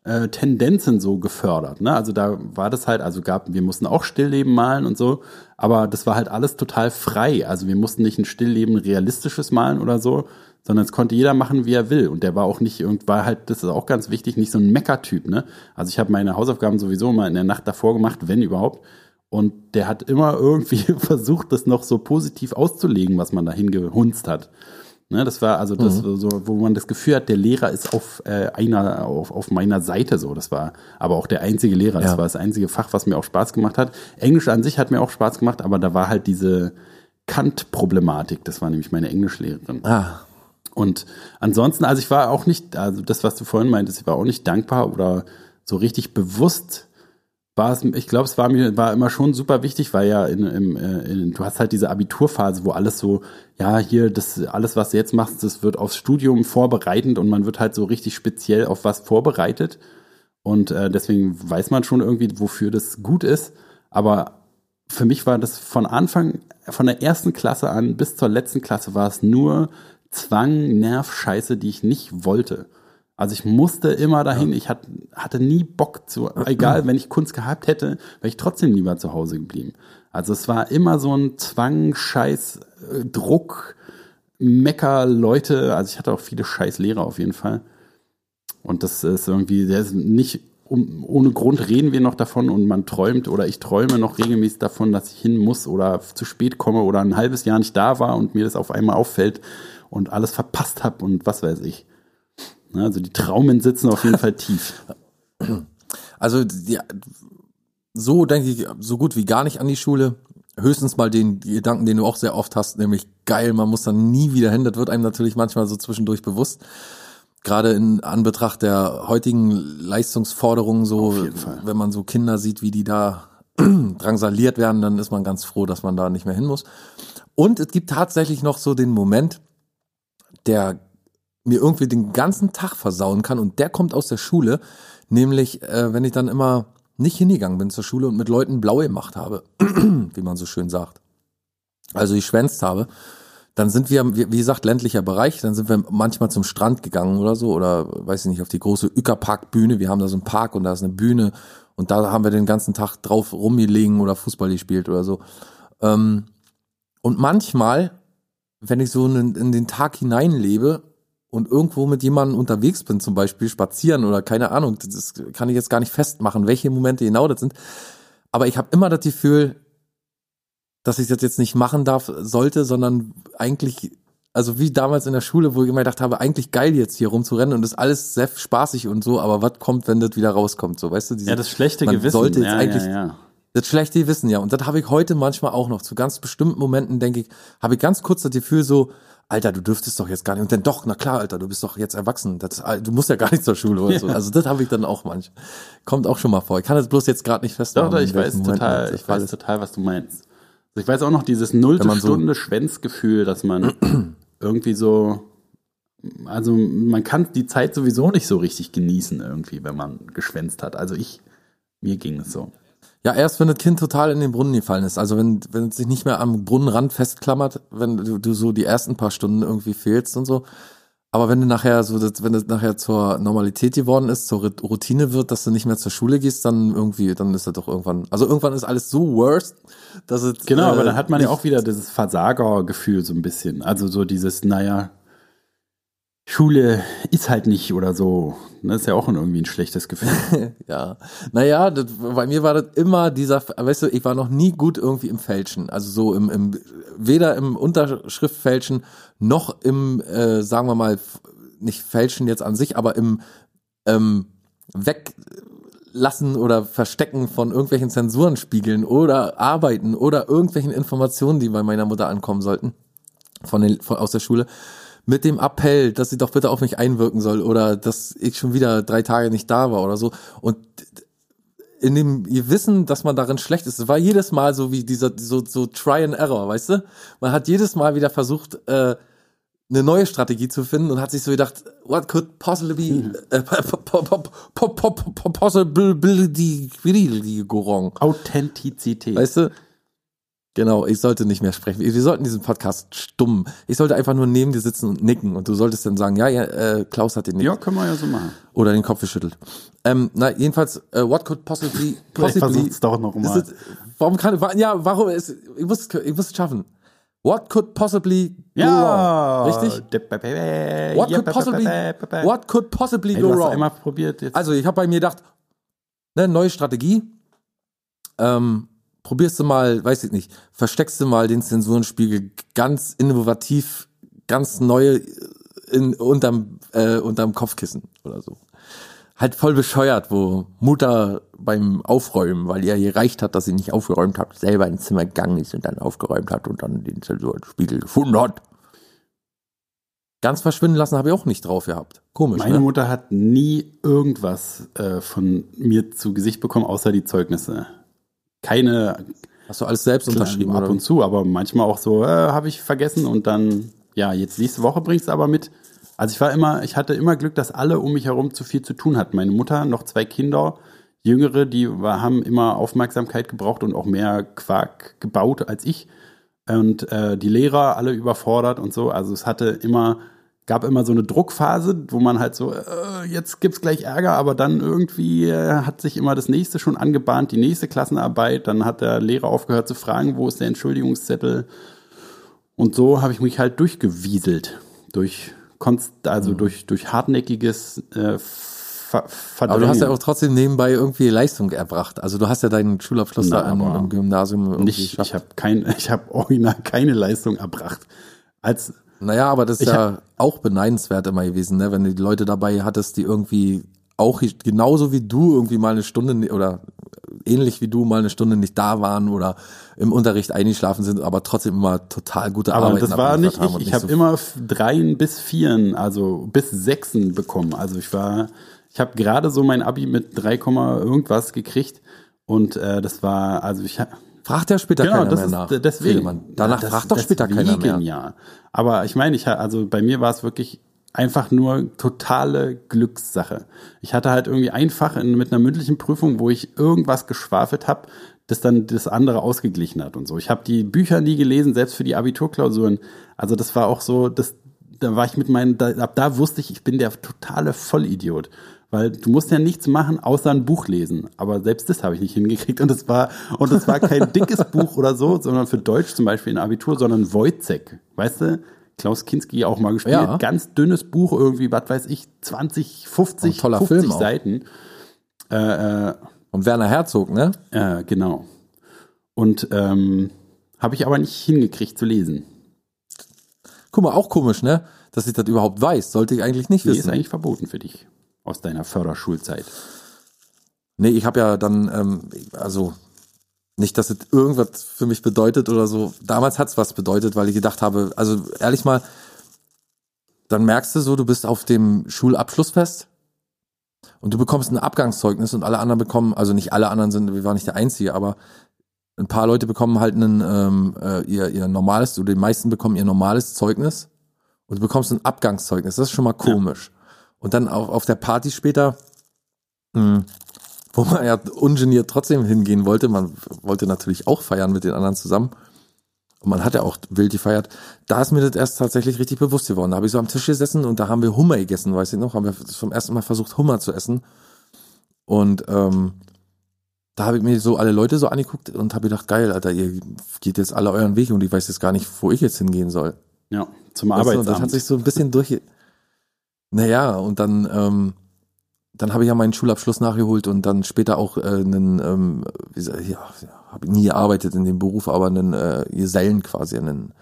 S2: äh, Tendenzen so gefördert. Ne? Also da war das halt, also gab, wir mussten auch Stillleben malen und so, aber das war halt alles total frei. Also wir mussten nicht ein Stillleben realistisches malen oder so, sondern es konnte jeder machen, wie er will. Und der war auch nicht irgend, war halt, das ist auch ganz wichtig, nicht so ein Meckertyp. Ne? Also ich habe meine Hausaufgaben sowieso mal in der Nacht davor gemacht, wenn überhaupt. Und der hat immer irgendwie versucht, das noch so positiv auszulegen, was man da hingehunzt hat. Ne, das war also das, so, wo man das Gefühl hat, der Lehrer ist auf äh, einer, auf, auf meiner Seite so. Das war aber auch der einzige Lehrer. Das
S1: Ja.
S2: war das einzige Fach, was mir auch Spaß gemacht hat. Englisch an sich hat mir auch Spaß gemacht, aber da war halt diese Kant-Problematik. Das war nämlich meine Englischlehrerin.
S1: Ah,
S2: Und ansonsten, also ich war auch nicht, also das, was du vorhin meintest, ich war auch nicht dankbar oder so richtig bewusst war es, ich glaube, es war mir war immer schon super wichtig, weil ja in, im, äh, in, du hast halt diese Abiturphase, wo alles so, ja, hier, das, alles, was du jetzt machst, das wird aufs Studium vorbereitend und man wird halt so richtig speziell auf was vorbereitet. Und äh, deswegen weiß man schon irgendwie, wofür das gut ist. Aber für mich war das von Anfang, von der ersten Klasse an bis zur letzten Klasse war es nur Zwang, Nerv, Scheiße, die ich nicht wollte. Also ich musste immer dahin, ich hat, hatte nie Bock zu, egal wenn ich Kunst gehabt hätte, wäre ich trotzdem lieber zu Hause geblieben. Also es war immer so ein Zwang, Scheiß, äh, Druck, Mecker, Leute, also ich hatte auch viele scheiß Lehrer auf jeden Fall. Und das ist irgendwie, der ist nicht um, ohne Grund reden wir noch davon und man träumt oder ich träume noch regelmäßig davon, dass ich hin muss oder zu spät komme oder ein halbes Jahr nicht da war und mir das auf einmal auffällt und alles verpasst habe und was weiß ich. Ne, Also die Traumen sitzen auf jeden Fall tief.
S1: Also ja, so denke ich so gut wie gar nicht an die Schule. Höchstens mal den Gedanken, den du auch sehr oft hast, nämlich geil, man muss dann nie wieder hin. Das wird einem natürlich manchmal so zwischendurch bewusst. Gerade in Anbetracht der heutigen Leistungsforderungen, so
S2: Auf jeden Fall.
S1: wenn man so Kinder sieht, wie die da drangsaliert werden, dann ist man ganz froh, dass man da nicht mehr hin muss. Und es gibt tatsächlich noch so den Moment, der mir irgendwie den ganzen Tag versauen kann und der kommt aus der Schule, nämlich äh, wenn ich dann immer nicht hingegangen bin zur Schule und mit Leuten blau gemacht habe, wie man so schön sagt. Also ich schwänzt habe, dann sind wir, wie wie gesagt, ländlicher Bereich, dann sind wir manchmal zum Strand gegangen oder so oder weiß ich nicht, auf die große Ueckerpark-Bühne, wir haben da so einen Park und da ist eine Bühne und da haben wir den ganzen Tag drauf rumgelegen oder Fußball gespielt oder so. Ähm, und manchmal, wenn ich so in, in den Tag hineinlebe und irgendwo mit jemandem unterwegs bin, zum Beispiel spazieren oder keine Ahnung, das ist- kann ich jetzt gar nicht festmachen, welche Momente genau das sind. Aber ich habe immer das Gefühl, dass ich das jetzt nicht machen darf, sollte, sondern eigentlich, also wie damals in der Schule, wo ich immer gedacht habe, eigentlich geil jetzt hier rumzurennen und ist alles sehr spaßig und so, aber was kommt, wenn das wieder rauskommt, so, weißt du? diese-
S2: Ja, das schlechte
S1: man
S2: Gewissen.
S1: sollte jetzt
S2: ja,
S1: eigentlich
S2: ja, ja.
S1: das schlechte Wissen, ja. Und das habe ich heute manchmal auch noch. Zu ganz bestimmten Momenten, denke ich, habe ich ganz kurz das Gefühl so, Alter, du dürftest doch jetzt gar nicht. Und dann doch, na klar, Alter, du bist doch jetzt erwachsen. Das, du musst ja gar nicht zur Schule oder so. Also das habe ich dann auch manchmal. Kommt auch schon mal vor. Ich kann das bloß jetzt gerade nicht festmachen.
S2: Doch, doch, ich
S1: in welchen
S2: weiß
S1: Momenten
S2: total,
S1: das der
S2: ich
S1: Fall
S2: weiß
S1: ist.
S2: total, was du meinst. Also ich weiß auch noch dieses null
S1: Wenn man so-
S2: Stunde Schwänzgefühl, dass man irgendwie so, also man kann die Zeit sowieso nicht so richtig genießen irgendwie, wenn man geschwänzt hat. Also ich, mir ging es so.
S1: Ja, erst wenn das Kind total in den Brunnen gefallen ist. Also wenn, wenn es sich nicht mehr am Brunnenrand festklammert, wenn du, du so die ersten paar Stunden irgendwie fehlst und so. Aber wenn du nachher so, das, wenn das nachher zur Normalität geworden ist, zur Rit- Routine wird, dass du nicht mehr zur Schule gehst, dann irgendwie, dann ist das doch irgendwann. Also irgendwann ist alles so worst, dass es.
S2: Genau,
S1: äh,
S2: aber dann hat man ja
S1: nicht-
S2: auch wieder dieses Versagergefühl so ein bisschen. Also so dieses, naja, Schule ist halt nicht oder so. Das ist ja auch irgendwie ein schlechtes Gefühl.
S1: Ja. Naja, das, bei mir war das immer dieser, weißt du, ich war noch nie gut irgendwie im Fälschen. Also so im, im weder im Unterschriftfälschen noch im, äh, sagen wir mal, f- nicht Fälschen jetzt an sich, aber im ähm, Weglassen oder Verstecken von irgendwelchen Zensurenspiegeln oder Arbeiten oder irgendwelchen Informationen, die bei meiner Mutter ankommen sollten von den, von, aus der Schule mit dem Appell, dass sie doch bitte auf mich einwirken soll oder dass ich schon wieder drei Tage nicht da war oder so. Und in dem ihr Wissen, dass man darin schlecht ist, es war jedes Mal so wie dieser so, so Try and Error, weißt du? Man hat jedes Mal wieder versucht, äh, eine neue Strategie zu finden und hat sich so gedacht, what could possibly be äh, po- po- po- po- po- po- possibility go wrong?
S2: Authentizität.
S1: Weißt du? Genau, ich sollte nicht mehr sprechen. Wir sollten diesen Podcast stumm. Ich sollte einfach nur neben dir sitzen und nicken und du solltest dann sagen, ja, ja, äh, Klaus hat den Nick
S2: ja, können wir ja so machen.
S1: oder den Kopf geschüttelt. Ähm, na, jedenfalls, äh, what could possibly, possibly
S2: versuch's doch noch mal.
S1: Ist es, warum kann, wa- ja, warum ist, ich muss, ich muss es schaffen. What could possibly go
S2: Ja,
S1: wrong? Richtig? What
S2: What
S1: could possibly,
S2: What
S1: what could possibly
S2: hey,
S1: go
S2: du hast
S1: wrong?
S2: einmal probiert jetzt.
S1: Also ich habe bei mir gedacht, ne, neue Strategie. Ähm, probierst du mal, weiß ich nicht, versteckst du mal den Zensurenspiegel ganz innovativ ganz neue in, unterm, äh, unterm Kopfkissen oder so. Halt voll bescheuert, wo Mutter beim Aufräumen, weil ihr gereicht hat, dass sie nicht aufgeräumt hat, selber ins Zimmer gegangen ist und dann aufgeräumt hat und dann den Zensurspiegel gefunden hat. Ganz verschwinden lassen habe ich auch nicht drauf gehabt. Komisch,
S2: Meine
S1: ne?
S2: Mutter hat nie irgendwas äh, von mir zu Gesicht bekommen, außer die Zeugnisse. Keine
S1: Hast du alles selbst unterschrieben
S2: ab
S1: oder
S2: und zu, aber manchmal auch so, äh, habe ich vergessen und dann, ja, jetzt nächste Woche bringst du aber mit. Also ich war immer, ich hatte immer Glück, dass alle um mich herum zu viel zu tun hatten. Meine Mutter, noch zwei Kinder, Jüngere, die war, haben immer Aufmerksamkeit gebraucht und auch mehr Quark gebaut als ich. Und äh, die Lehrer alle überfordert und so. Also es hatte immer, gab immer so eine Druckphase, wo man halt so, äh, jetzt gibt's gleich Ärger, aber dann irgendwie äh, hat sich immer das nächste schon angebahnt, die nächste Klassenarbeit. Dann hat der Lehrer aufgehört zu fragen, wo ist der Entschuldigungszettel? Und so habe ich mich halt durchgewieselt. Durch konst also
S1: Mhm.
S2: durch, durch hartnäckiges äh, Ver
S1: Aber du hast ja
S2: Verdrängen.
S1: auch trotzdem nebenbei irgendwie Leistung erbracht. Also du hast ja deinen Schulabschluss
S2: Na,
S1: da am,
S2: aber
S1: am Gymnasium irgendwie
S2: nicht, ich habe kein, ich habe original keine Leistung erbracht. Als
S1: Naja, aber das ist
S2: Ich
S1: ja auch beneidenswert immer gewesen, ne? wenn du die Leute dabei hattest, die irgendwie auch hi- genauso wie du irgendwie mal eine Stunde ni- oder ähnlich wie du mal eine Stunde nicht da waren oder im Unterricht eingeschlafen sind, aber trotzdem immer total gute
S2: aber
S1: Arbeiten
S2: das war
S1: abgeliefert
S2: nicht
S1: haben
S2: ich.
S1: und
S2: Ich habe
S1: so-
S2: immer f- dreien bis vieren, also bis sechsen bekommen. Also ich war, ich habe gerade so mein Abi mit 3, Komma irgendwas gekriegt und äh, das war, also ich habe
S1: Fragt ja später
S2: Genau,
S1: keiner
S2: das
S1: mehr
S2: ist
S1: nach.
S2: d- deswegen.
S1: Friedemann. Danach
S2: Das-
S1: fragt doch später
S2: deswegen,
S1: keiner mehr.
S2: Ja, aber ich meine, ich ha- also bei mir war es wirklich einfach nur totale Glückssache. Ich hatte halt irgendwie einfach in, mit einer mündlichen Prüfung, wo ich irgendwas geschwafelt habe, das dann das andere ausgeglichen hat und so. Ich habe die Bücher nie gelesen, selbst für die Abiturklausuren. Also das war auch so, das da war ich mit meinen, da, ab da wusste ich, ich bin der totale Vollidiot. Weil du musst ja nichts machen, außer ein Buch lesen. Aber selbst das habe ich nicht hingekriegt. Und es war, und es war kein dickes Buch oder so, sondern für Deutsch zum Beispiel in Abitur, sondern Wojcek. Weißt du? Klaus Kinski auch mal gespielt.
S1: Ja.
S2: Ganz dünnes Buch, irgendwie, was weiß ich, 20, 50,
S1: Ein toller
S2: 50
S1: Film auch.
S2: Seiten.
S1: Und Werner Herzog, ne?
S2: Äh, genau. Und ähm, habe ich aber nicht hingekriegt zu lesen.
S1: Guck mal, auch komisch, ne? Dass ich das überhaupt weiß, sollte ich eigentlich nicht
S2: Die ist
S1: wissen.
S2: eigentlich verboten für dich aus deiner Förderschulzeit.
S1: Nee, ich habe ja dann, ähm, also nicht, dass es irgendwas für mich bedeutet oder so. Damals hat's was bedeutet, weil ich gedacht habe, also ehrlich mal, dann merkst du so, du bist auf dem Schulabschlussfest und du bekommst ein Abgangszeugnis und alle anderen bekommen, also nicht alle anderen sind, wir waren nicht der Einzige, aber ein paar Leute bekommen halt einen, ähm, äh, ihr, ihr normales, oder die meisten bekommen ihr normales Zeugnis und du bekommst ein Abgangszeugnis. Das ist schon mal komisch. Und dann auf, auf der Party später, mh, wo man ja ungeniert trotzdem hingehen wollte, man wollte natürlich auch feiern mit den anderen zusammen. Und man hat ja auch wild gefeiert. Da ist mir das erst tatsächlich richtig bewusst geworden. Da habe ich so am Tisch gesessen und da haben wir Hummer gegessen, weiß ich noch. Haben wir zum ersten Mal versucht, Hummer zu essen. Und ähm, da habe ich mir so alle Leute so angeguckt und habe gedacht, geil, Alter, ihr geht jetzt alle euren Weg und ich weiß jetzt gar nicht, wo ich jetzt hingehen soll.
S2: Ja, zum
S1: Weißt du, und
S2: Arbeitsamt.
S1: Das hat sich so ein bisschen durch. Naja, und dann, ähm, dann habe ich ja meinen Schulabschluss nachgeholt und dann später auch äh, einen, ähm, wie sa- ja, habe ich nie gearbeitet in dem Beruf, aber einen äh, Gesellen quasi, einen,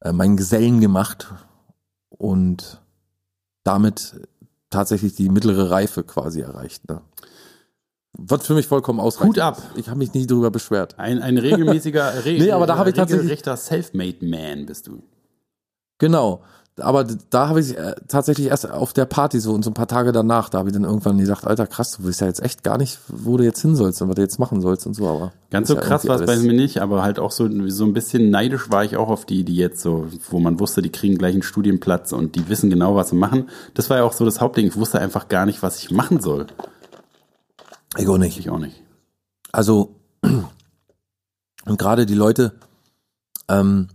S1: äh, meinen Gesellen gemacht und damit tatsächlich die mittlere Reife quasi erreicht. Ne? Was für mich vollkommen ausreichend.
S2: Hut ab.
S1: ist. Ich habe mich nie darüber beschwert.
S2: Ein, ein regelmäßiger, re
S1: Nee, aber da habe ich tatsächlich-
S2: regelrechter Selfmade Man bist du.
S1: Genau. Aber d- da habe ich äh, tatsächlich erst auf der Party so und so ein paar Tage danach, da habe ich dann irgendwann gesagt, Alter, krass, du weißt ja jetzt echt gar nicht, wo du jetzt hin sollst und was du jetzt machen sollst und so, aber.
S2: Ganz
S1: ist
S2: so
S1: ja
S2: krass war
S1: irgendwie
S2: es bei
S1: alles-
S2: mir nicht, aber halt auch so, so ein bisschen neidisch war ich auch auf die, die jetzt so, wo man wusste, die kriegen gleich einen Studienplatz und die wissen genau, was sie machen. Das war ja auch so das Hauptding. Ich wusste einfach gar nicht, was ich machen soll.
S1: Ich auch nicht.
S2: Ich auch nicht.
S1: Also, und gerade die Leute, ähm,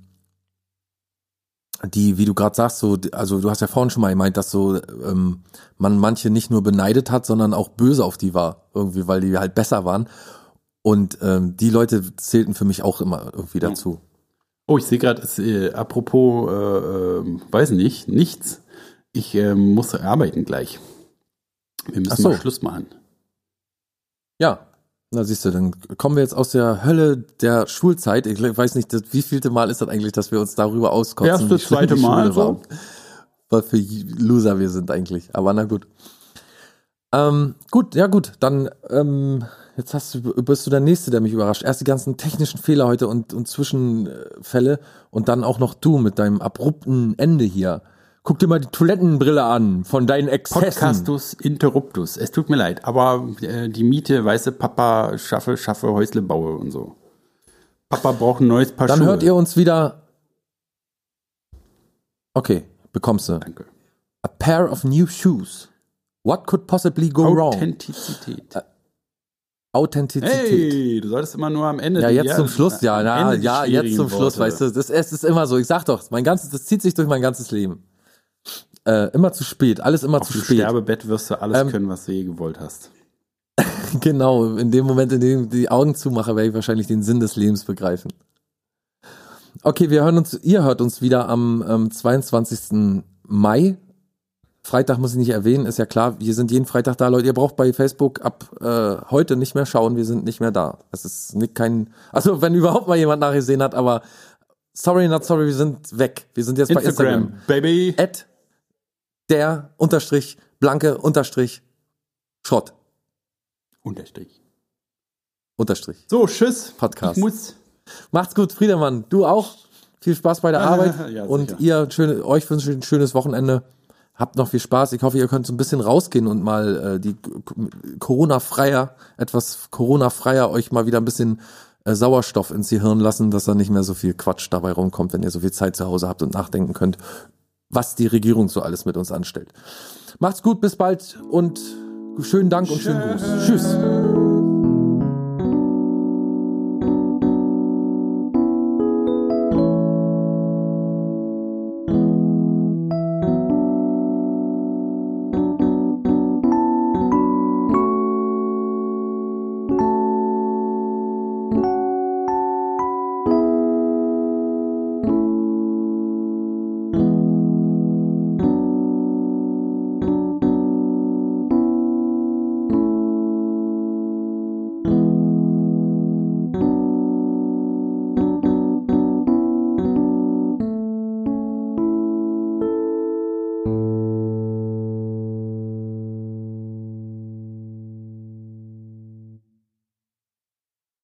S1: die, wie du gerade sagst, so, also du hast ja vorhin schon mal gemeint, dass so ähm, man manche nicht nur beneidet hat, sondern auch böse auf die war, irgendwie, weil die halt besser waren. Und ähm, die Leute zählten für mich auch immer irgendwie dazu.
S2: Oh, ich sehe gerade, es, äh, apropos, äh, äh, weiß nicht, nichts. Ich äh, muss arbeiten gleich. Wir müssen
S1: Ach so.
S2: mal Schluss machen.
S1: Ja, Na siehst du, dann kommen wir jetzt aus der Hölle der Schulzeit. Ich weiß nicht, das, wie vielte Mal ist das eigentlich, dass wir uns darüber auskotzen?
S2: Erste,
S1: wie schlimm
S2: zweite
S1: die Schule
S2: Mal so.
S1: war. Was für Loser wir sind eigentlich. Aber na gut. Ähm, gut, ja gut, dann ähm, jetzt hast du, bist du der Nächste, der mich überrascht. Erst die ganzen technischen Fehler heute und, und Zwischenfälle und dann auch noch du mit deinem abrupten Ende hier. Guck dir mal die Toilettenbrille an von deinen Exzessen.
S2: Podcastus interruptus. Es tut mir leid, aber äh, die Miete, weiße Papa, schaffe, schaffe, Häusle baue und so. Papa braucht ein neues Paar
S1: Dann
S2: Schuhe.
S1: hört ihr uns wieder. Okay, bekommst du.
S2: Danke.
S1: A pair of new shoes. What could possibly go wrong?
S2: Authentizität.
S1: Authentizität.
S2: Hey, du solltest immer nur am Ende.
S1: Ja,
S2: die-
S1: jetzt zum Schluss, ja,
S2: am
S1: na,
S2: Ende die
S1: ja,
S2: schwierigen
S1: jetzt zum Schluss,
S2: Worte.
S1: weißt du, das, es ist immer so, ich sag doch, mein ganzes, das zieht sich durch mein ganzes Leben. Äh, immer zu spät, alles immer
S2: Auf
S1: zu
S2: dem
S1: spät.
S2: Sterbebett wirst du alles
S1: Ähm,
S2: können, was du je gewollt hast.
S1: Genau, in dem Moment, in dem ich die Augen zumache, werde ich wahrscheinlich den Sinn des Lebens begreifen. Okay, wir hören uns, ihr hört uns wieder am ähm, 22. Mai. Freitag muss ich nicht erwähnen, ist ja klar, wir sind jeden Freitag da, Leute. Ihr braucht bei Facebook ab äh, heute nicht mehr schauen, wir sind nicht mehr da. Es ist nicht kein, also wenn überhaupt mal jemand nachgesehen hat, aber sorry, not sorry, wir sind weg. Wir sind jetzt bei Instagram
S2: Instagram, Baby.
S1: at der unterstrich blanke unterstrich Schrott
S2: Unterstrich.
S1: unterstrich
S2: So, tschüss.
S1: Podcast.
S2: Ich muss.
S1: Macht's gut, Friedemann. Du auch. Viel Spaß bei der Arbeit.
S2: Ja, sicher.
S1: und ihr, schön, euch wünsche ich ein schönes Wochenende. Habt noch viel Spaß. Ich hoffe, ihr könnt so ein bisschen rausgehen und mal äh, die K- Corona-freier, etwas Corona-freier euch mal wieder ein bisschen äh, Sauerstoff ins Gehirn lassen, dass da nicht mehr so viel Quatsch dabei rumkommt, wenn ihr so viel Zeit zu Hause habt und nachdenken könnt, was die Regierung so alles mit uns anstellt. Macht's gut, bis bald und schönen Dank und schönen Gruß. Tschüss.
S2: Tschüss.